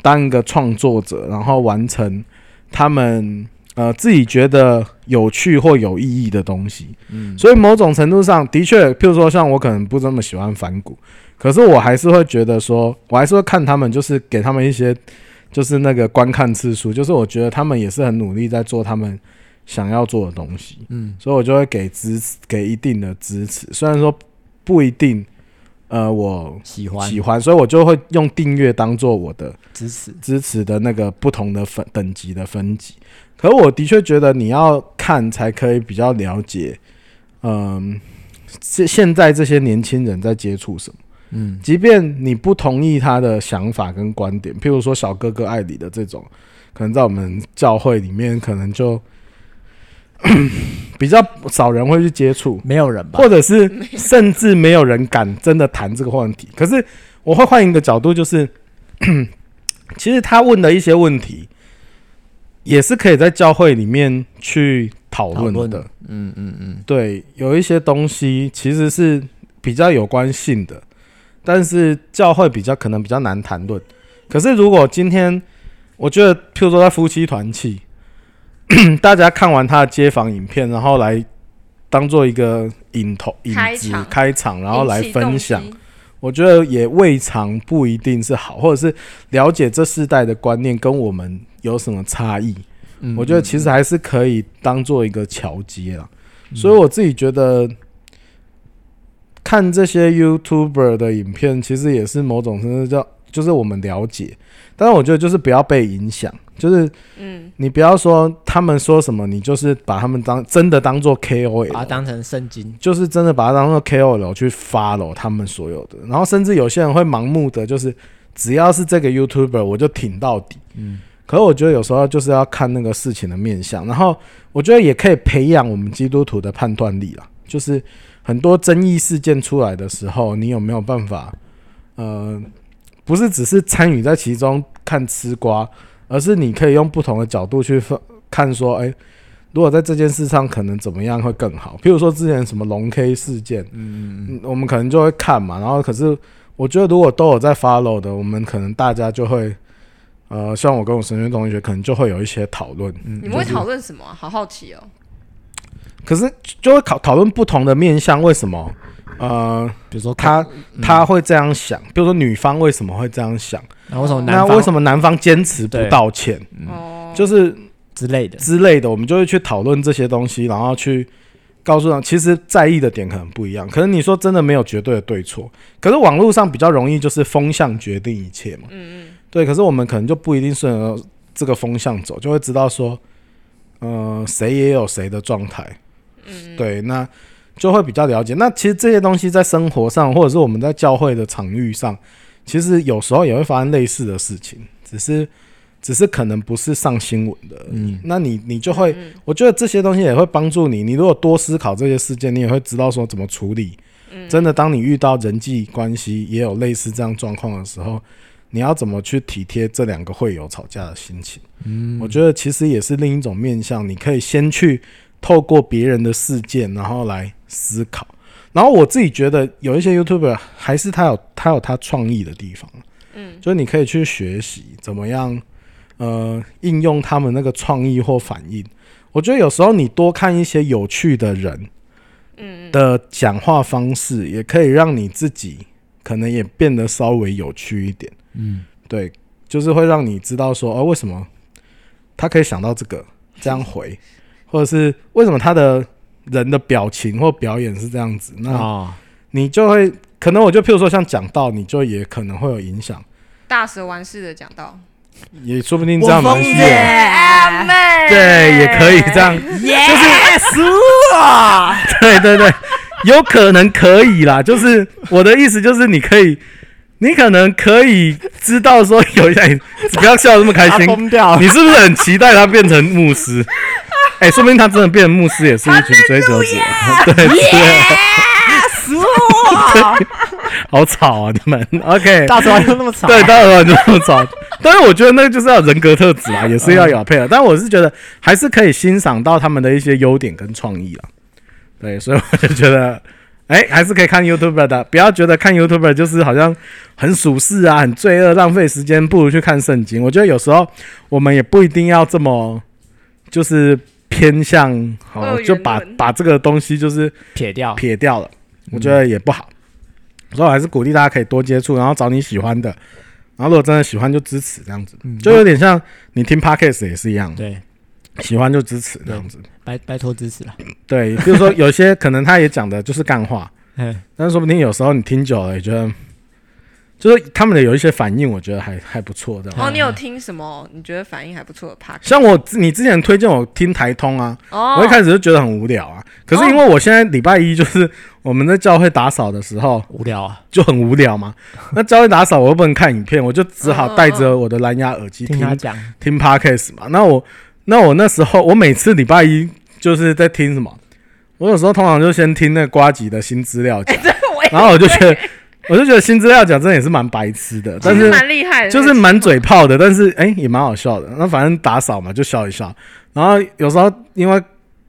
当一个创作者，然后完成他们呃自己觉得有趣或有意义的东西。嗯，所以某种程度上的确，譬如说像我可能不这么喜欢反骨，可是我还是会觉得说，我还是会看他们，就是给他们一些就是那个观看次数，就是我觉得他们也是很努力在做他们想要做的东西。
嗯，
所以我就会给支持，给一定的支持。虽然说不一定呃我
喜欢
喜欢，所以我就会用订阅当做我的
支持，
支持的那个不同的分等级的分级。可我的确觉得你要看才可以比较了解，嗯，现现在这些年轻人在接触什么。
嗯，
即便你不同意他的想法跟观点，譬如说小哥哥爱你的这种，可能在我们教会里面可能就 比较少人会去接触，
没有人吧？
或者是甚至没有人敢真的谈这个问题。可是我会换一个角度，就是 其实他问的一些问题，也是可以在教会里面去讨
讨
论
论
的。
嗯嗯嗯，
对，有一些东西其实是比较有关性的，但是教会比较可能比较难谈论。可是如果今天，我觉得，譬如说在夫妻团契， 大家看完他的街访影片，然后来当做一个引头引
开
子
场
开场，然后来
引起动
分
机
享。我觉得也未尝不一定是好，或者是了解这世代的观念跟我们有什么差异。
嗯
我觉得其实还是可以当做一个桥接啊。
嗯
所以我自己觉得，看这些 YouTuber 的影片，其实也是某种程度叫就是我们了解，但是我觉得就是不要被影响，就是
嗯，
你不要说他们说什么，你就是把他们当真的当做 KOL，
把它当成圣经，
就是真的把它当做 KOL 去 follow 他们所有的，然后甚至有些人会盲目的，就是只要是这个 YouTuber 我就挺到底。
嗯，
可是我觉得有时候就是要看那个事情的面相，然后我觉得也可以培养我们基督徒的判断力啦，就是很多争议事件出来的时候，你有没有办法，呃，不是只是参与在其中看吃瓜，而是你可以用不同的角度去分看说，哎、如果在这件事上可能怎么样会更好？譬如说之前什么龙 K 事件，嗯嗯，我们可能就会看嘛。然后可是我觉得如果都有在 follow 的，我们可能大家就会，呃，像我跟我神学同学可能就会有一些讨论，
嗯
你们会讨论什么啊、好好奇哦。
可是就会讨讨论不同的面向，为什么？呃，
比如说
他
嗯
他会这样想，比如说女方为什么会这样想？
然后什么
那
南
为
方
什么男方坚持不
对
道歉？
哦，
就是
之类的，
之类的，我们就会去讨论这些东西，然后去告诉他，其实在意的点可能不一样。可能你说真的没有绝对的对错，可是网络上比较容易就是风向决定一切嘛。
嗯
对，可是我们可能就不一定顺着这个风向走，就会知道说，呃，谁也有谁的状态。
嗯嗯，
对，那就会比较了解。那其实这些东西在生活上，或者是我们在教会的场域上，其实有时候也会发生类似的事情，只是只是可能不是上新闻的而已。
嗯
那你你就会，
嗯
我觉得这些东西也会帮助你。你如果多思考这些事件，你也会知道说怎么处理。
嗯
真的，当你遇到人际关系也有类似这样状况的时候，你要怎么去体贴这两个会友吵架的心情？
嗯
我觉得其实也是另一种面向，你可以先去透过别人的事件，然后来思考。然后我自己觉得有一些 YouTuber 还是他有他有他创意的地方，
嗯
就是你可以去学习怎么样呃应用他们那个创意或反应。我觉得有时候你多看一些有趣的人
嗯嗯
的讲话方式，也可以让你自己可能也变得稍微有趣一点。
嗯，
对，就是会让你知道说，哦，为什么他可以想到这个这样 回，或者是为什么他的人的表情或表演是这样子，那
啊，
你就会可能我就譬如说像讲到，你就也可能会有影响，
大蛇丸似的讲到，
也说不定这样蛮需
我疯
要
了。
阿妹，
对，也可以这样，
就是 啊，
对对对，有可能可以啦。就是我的意思，就是你可以，你可能可以知道说有一些，不要笑得那么开
他
心，
疯掉了
你是不是很期待他变成牧师？哎、说不定他真的变成牧师也是一群追求者。 对对，
死
啊
我！
好吵啊！你们 OK？
大蛇丸就那么吵，
对，当然就这么 吵。但是我觉得那个就是要人格特质啊啦，也是要有配合。但我是觉得还是可以欣赏到他们的一些优点跟创意啦。对，所以我就觉得，哎、还是可以看 YouTuber 的，啊不要觉得看 YouTuber 就是好像很属世啊、很罪恶、浪费时间，不如去看圣经。我觉得有时候我们也不一定要这么，就是偏向
二
好，
元
就把
论
把这个东西就是
撇掉，
撇掉了，
嗯
我觉得也不好。所以我还是鼓励大家可以多接触，然后找你喜欢的，然后如果真的喜欢就支持这样子，
嗯
就有点像你听 podcast 也是一样，
对，
喜欢就支持这样子。
拜拜托支持了，
对，比如说有些可能他也讲的就是干话，
哎，
但是说不定有时候你听久了，也觉得就是他们的有一些反应，我觉得还还不错这样。
哦，你有听什么？你觉得反应还不错的 p a
像我之，你之前推荐我听台通啊，
哦
我一开始就觉得很无聊啊。可是因为我现在礼拜一就是我们在教会打扫的时候
无聊啊，
就很无聊嘛，那教会打扫我又不能看影片，我就只好戴着我的蓝牙耳机
听
听
他讲，
听 podcast 嘛。那我那我那时候我每次礼拜一就是在听什么，我有时候通常就先听那瓜吉的新资
哎
料夹，
我也
然后我就觉得我就觉得新资料夹真的也是蛮白痴的，但
其
是
实蛮厉害的，
就是满嘴炮的，但是哎、也蛮好笑的。那反正打扫嘛，就笑一笑。然后有时候因为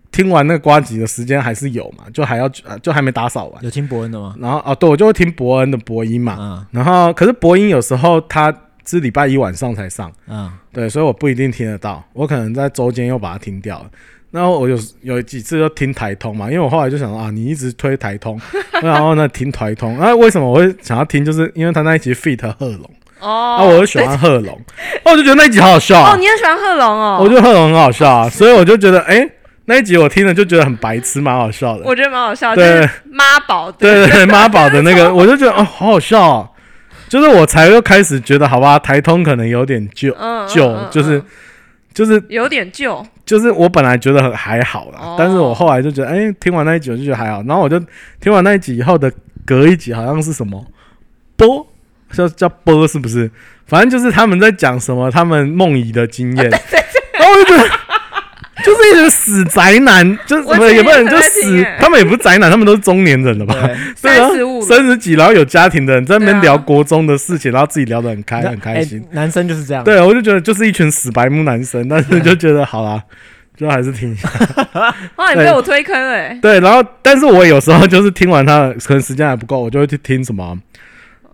听完那个瓜吉的时间还是有嘛，就还要就还没打扫完。
有听伯恩 的吗？
然后哦，对，我就会听伯恩的播音嘛。
嗯
然后可是播音有时候他是礼拜一晚上才上，
嗯，
对，所以我不一定听得到，我可能在周间又把它听掉了。那我有有几次就听台通嘛，因为我后来就想说啊，你一直推台 通，然后呢听台通，那、为什么我会想要听？就是因为他那一集 feat 贺龙，
哦。
啊，我又喜欢贺 龙，哦，我就觉得那一集好好笑、啊，
哦，你也喜欢贺龙哦？
我觉得贺龙很好笑啊，所以我就觉得，哎、那一集我听了就觉得很白痴，蛮好笑的。
我觉得蛮好笑，就
对
是妈宝
对
对
对对，妈宝的那 个，我就觉得哦，好好笑、啊，就是我才又开始觉得，好吧，台通可能有点旧
嗯嗯
旧
嗯，
就是
嗯
就是
有点旧，
就是我本来觉得很还好啦，
哦
但是我后来就觉得，哎、听完那一集我就觉得还好，然后我就听完那一集以后的隔一集好像是什么波，叫叫波是不是？反正就是他们在讲什么他们梦遗的经 验，然后我就觉得。就是一群死宅男，就是
我
什么
之
也
前
不能
也
就
在听
死
欸，
他们也不是宅男，他们都是中年人了吧？
对，
对啊
35了
三十几，然后有家庭的人在那边
对啊
聊国中的事情，然后自己聊得很开很开心。
哎男生就是这样，
对，我就觉得就是一群死白目男生，但是就觉得好啦，就还是听一下。
哦哇，你被我推坑了欸，
对，然后但是我有时候就是听完他的，可能时间还不够，我就会去听什么，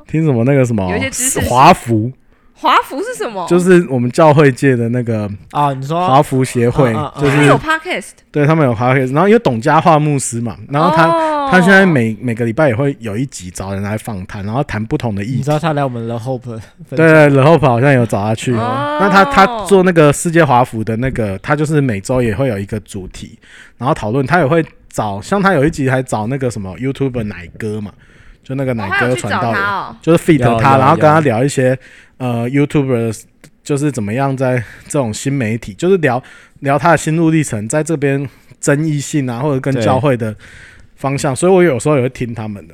听什么那个什么
有一些知识哦性
华服，
华服是什么？
就是我们教会界的那个
啊，你
哦
说
华服协会
啊啊，啊
就
他
是
有 podcast，
对他们有华会，然后因为董家化牧师嘛，然后他。
哦
他现在每每个礼拜也会有一集找人来访谈，然后谈不同的议
你
题
知。道他来我们的 Hope 分
对，然后好像有找他去。
哦
那他他做那个世界华服的那个，他就是每周也会有一个主题，然后讨论。他也会找，像他有一集还找那个什么 YouTuber 奶哥嘛，就那个
我
奶
还
哥
有去
传
找
道
他
人，
哦，
就是 feed
有
他，
有
然后跟
有
他聊一些呃 YouTuber 就是怎么样在这种新媒体，就是聊聊他的心路历程，在这边争议性啊，或者跟
对
教会的方向。所以我有时候也会听他们的。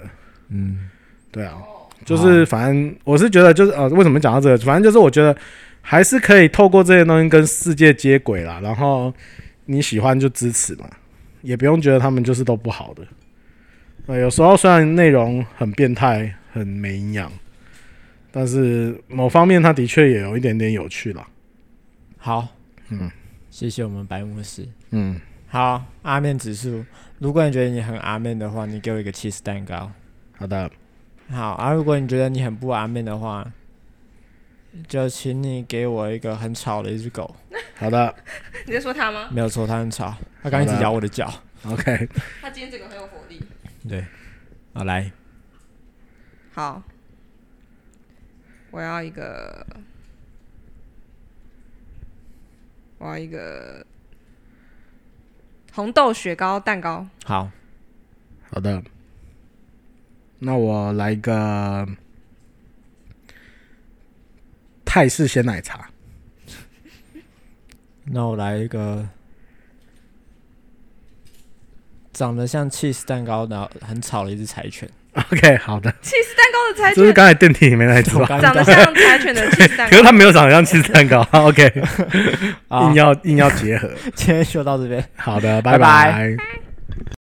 嗯，
对啊，就是反正我是觉得就是呃，为什么讲到这个？反正就是我觉得还是可以透过这些东西跟世界接轨啦。然后你喜欢就支持嘛，也不用觉得他们就是都不好的。呃，有时候虽然内容很变态、很没营养，但是某方面它的确也有一点点有趣啦。
好，
嗯
谢谢我们白牧师。
嗯，
好，阿面指数，如果你觉得你很阿面的话，你给我一个 cheese 蛋糕。
好的，
好啊，如果你觉得你很不阿面的话，就请你给我一个很吵的一只狗。
好的
你在说他吗？
没有错，它很吵，它刚一直
好的
咬我的脚。
，OK，
他今天这个很有活力。
对，好来，
好，我要一个，我要一个红豆雪糕蛋 糕。
好，
好的。那我来一个泰式鲜奶茶。
那我来一个长得像 cheese 蛋糕的很吵的一只柴 犬。
OK，好的，
起司蛋糕的柴
这是
犬，
刚才电梯里面那一只
我
吧？
刚
长得
刚
像柴犬的起司蛋
可
糕
是。它没有长得像气质蛋糕。OK，
好
硬，要硬要结合。
今天就到这边。
好的，
拜
拜
拜
拜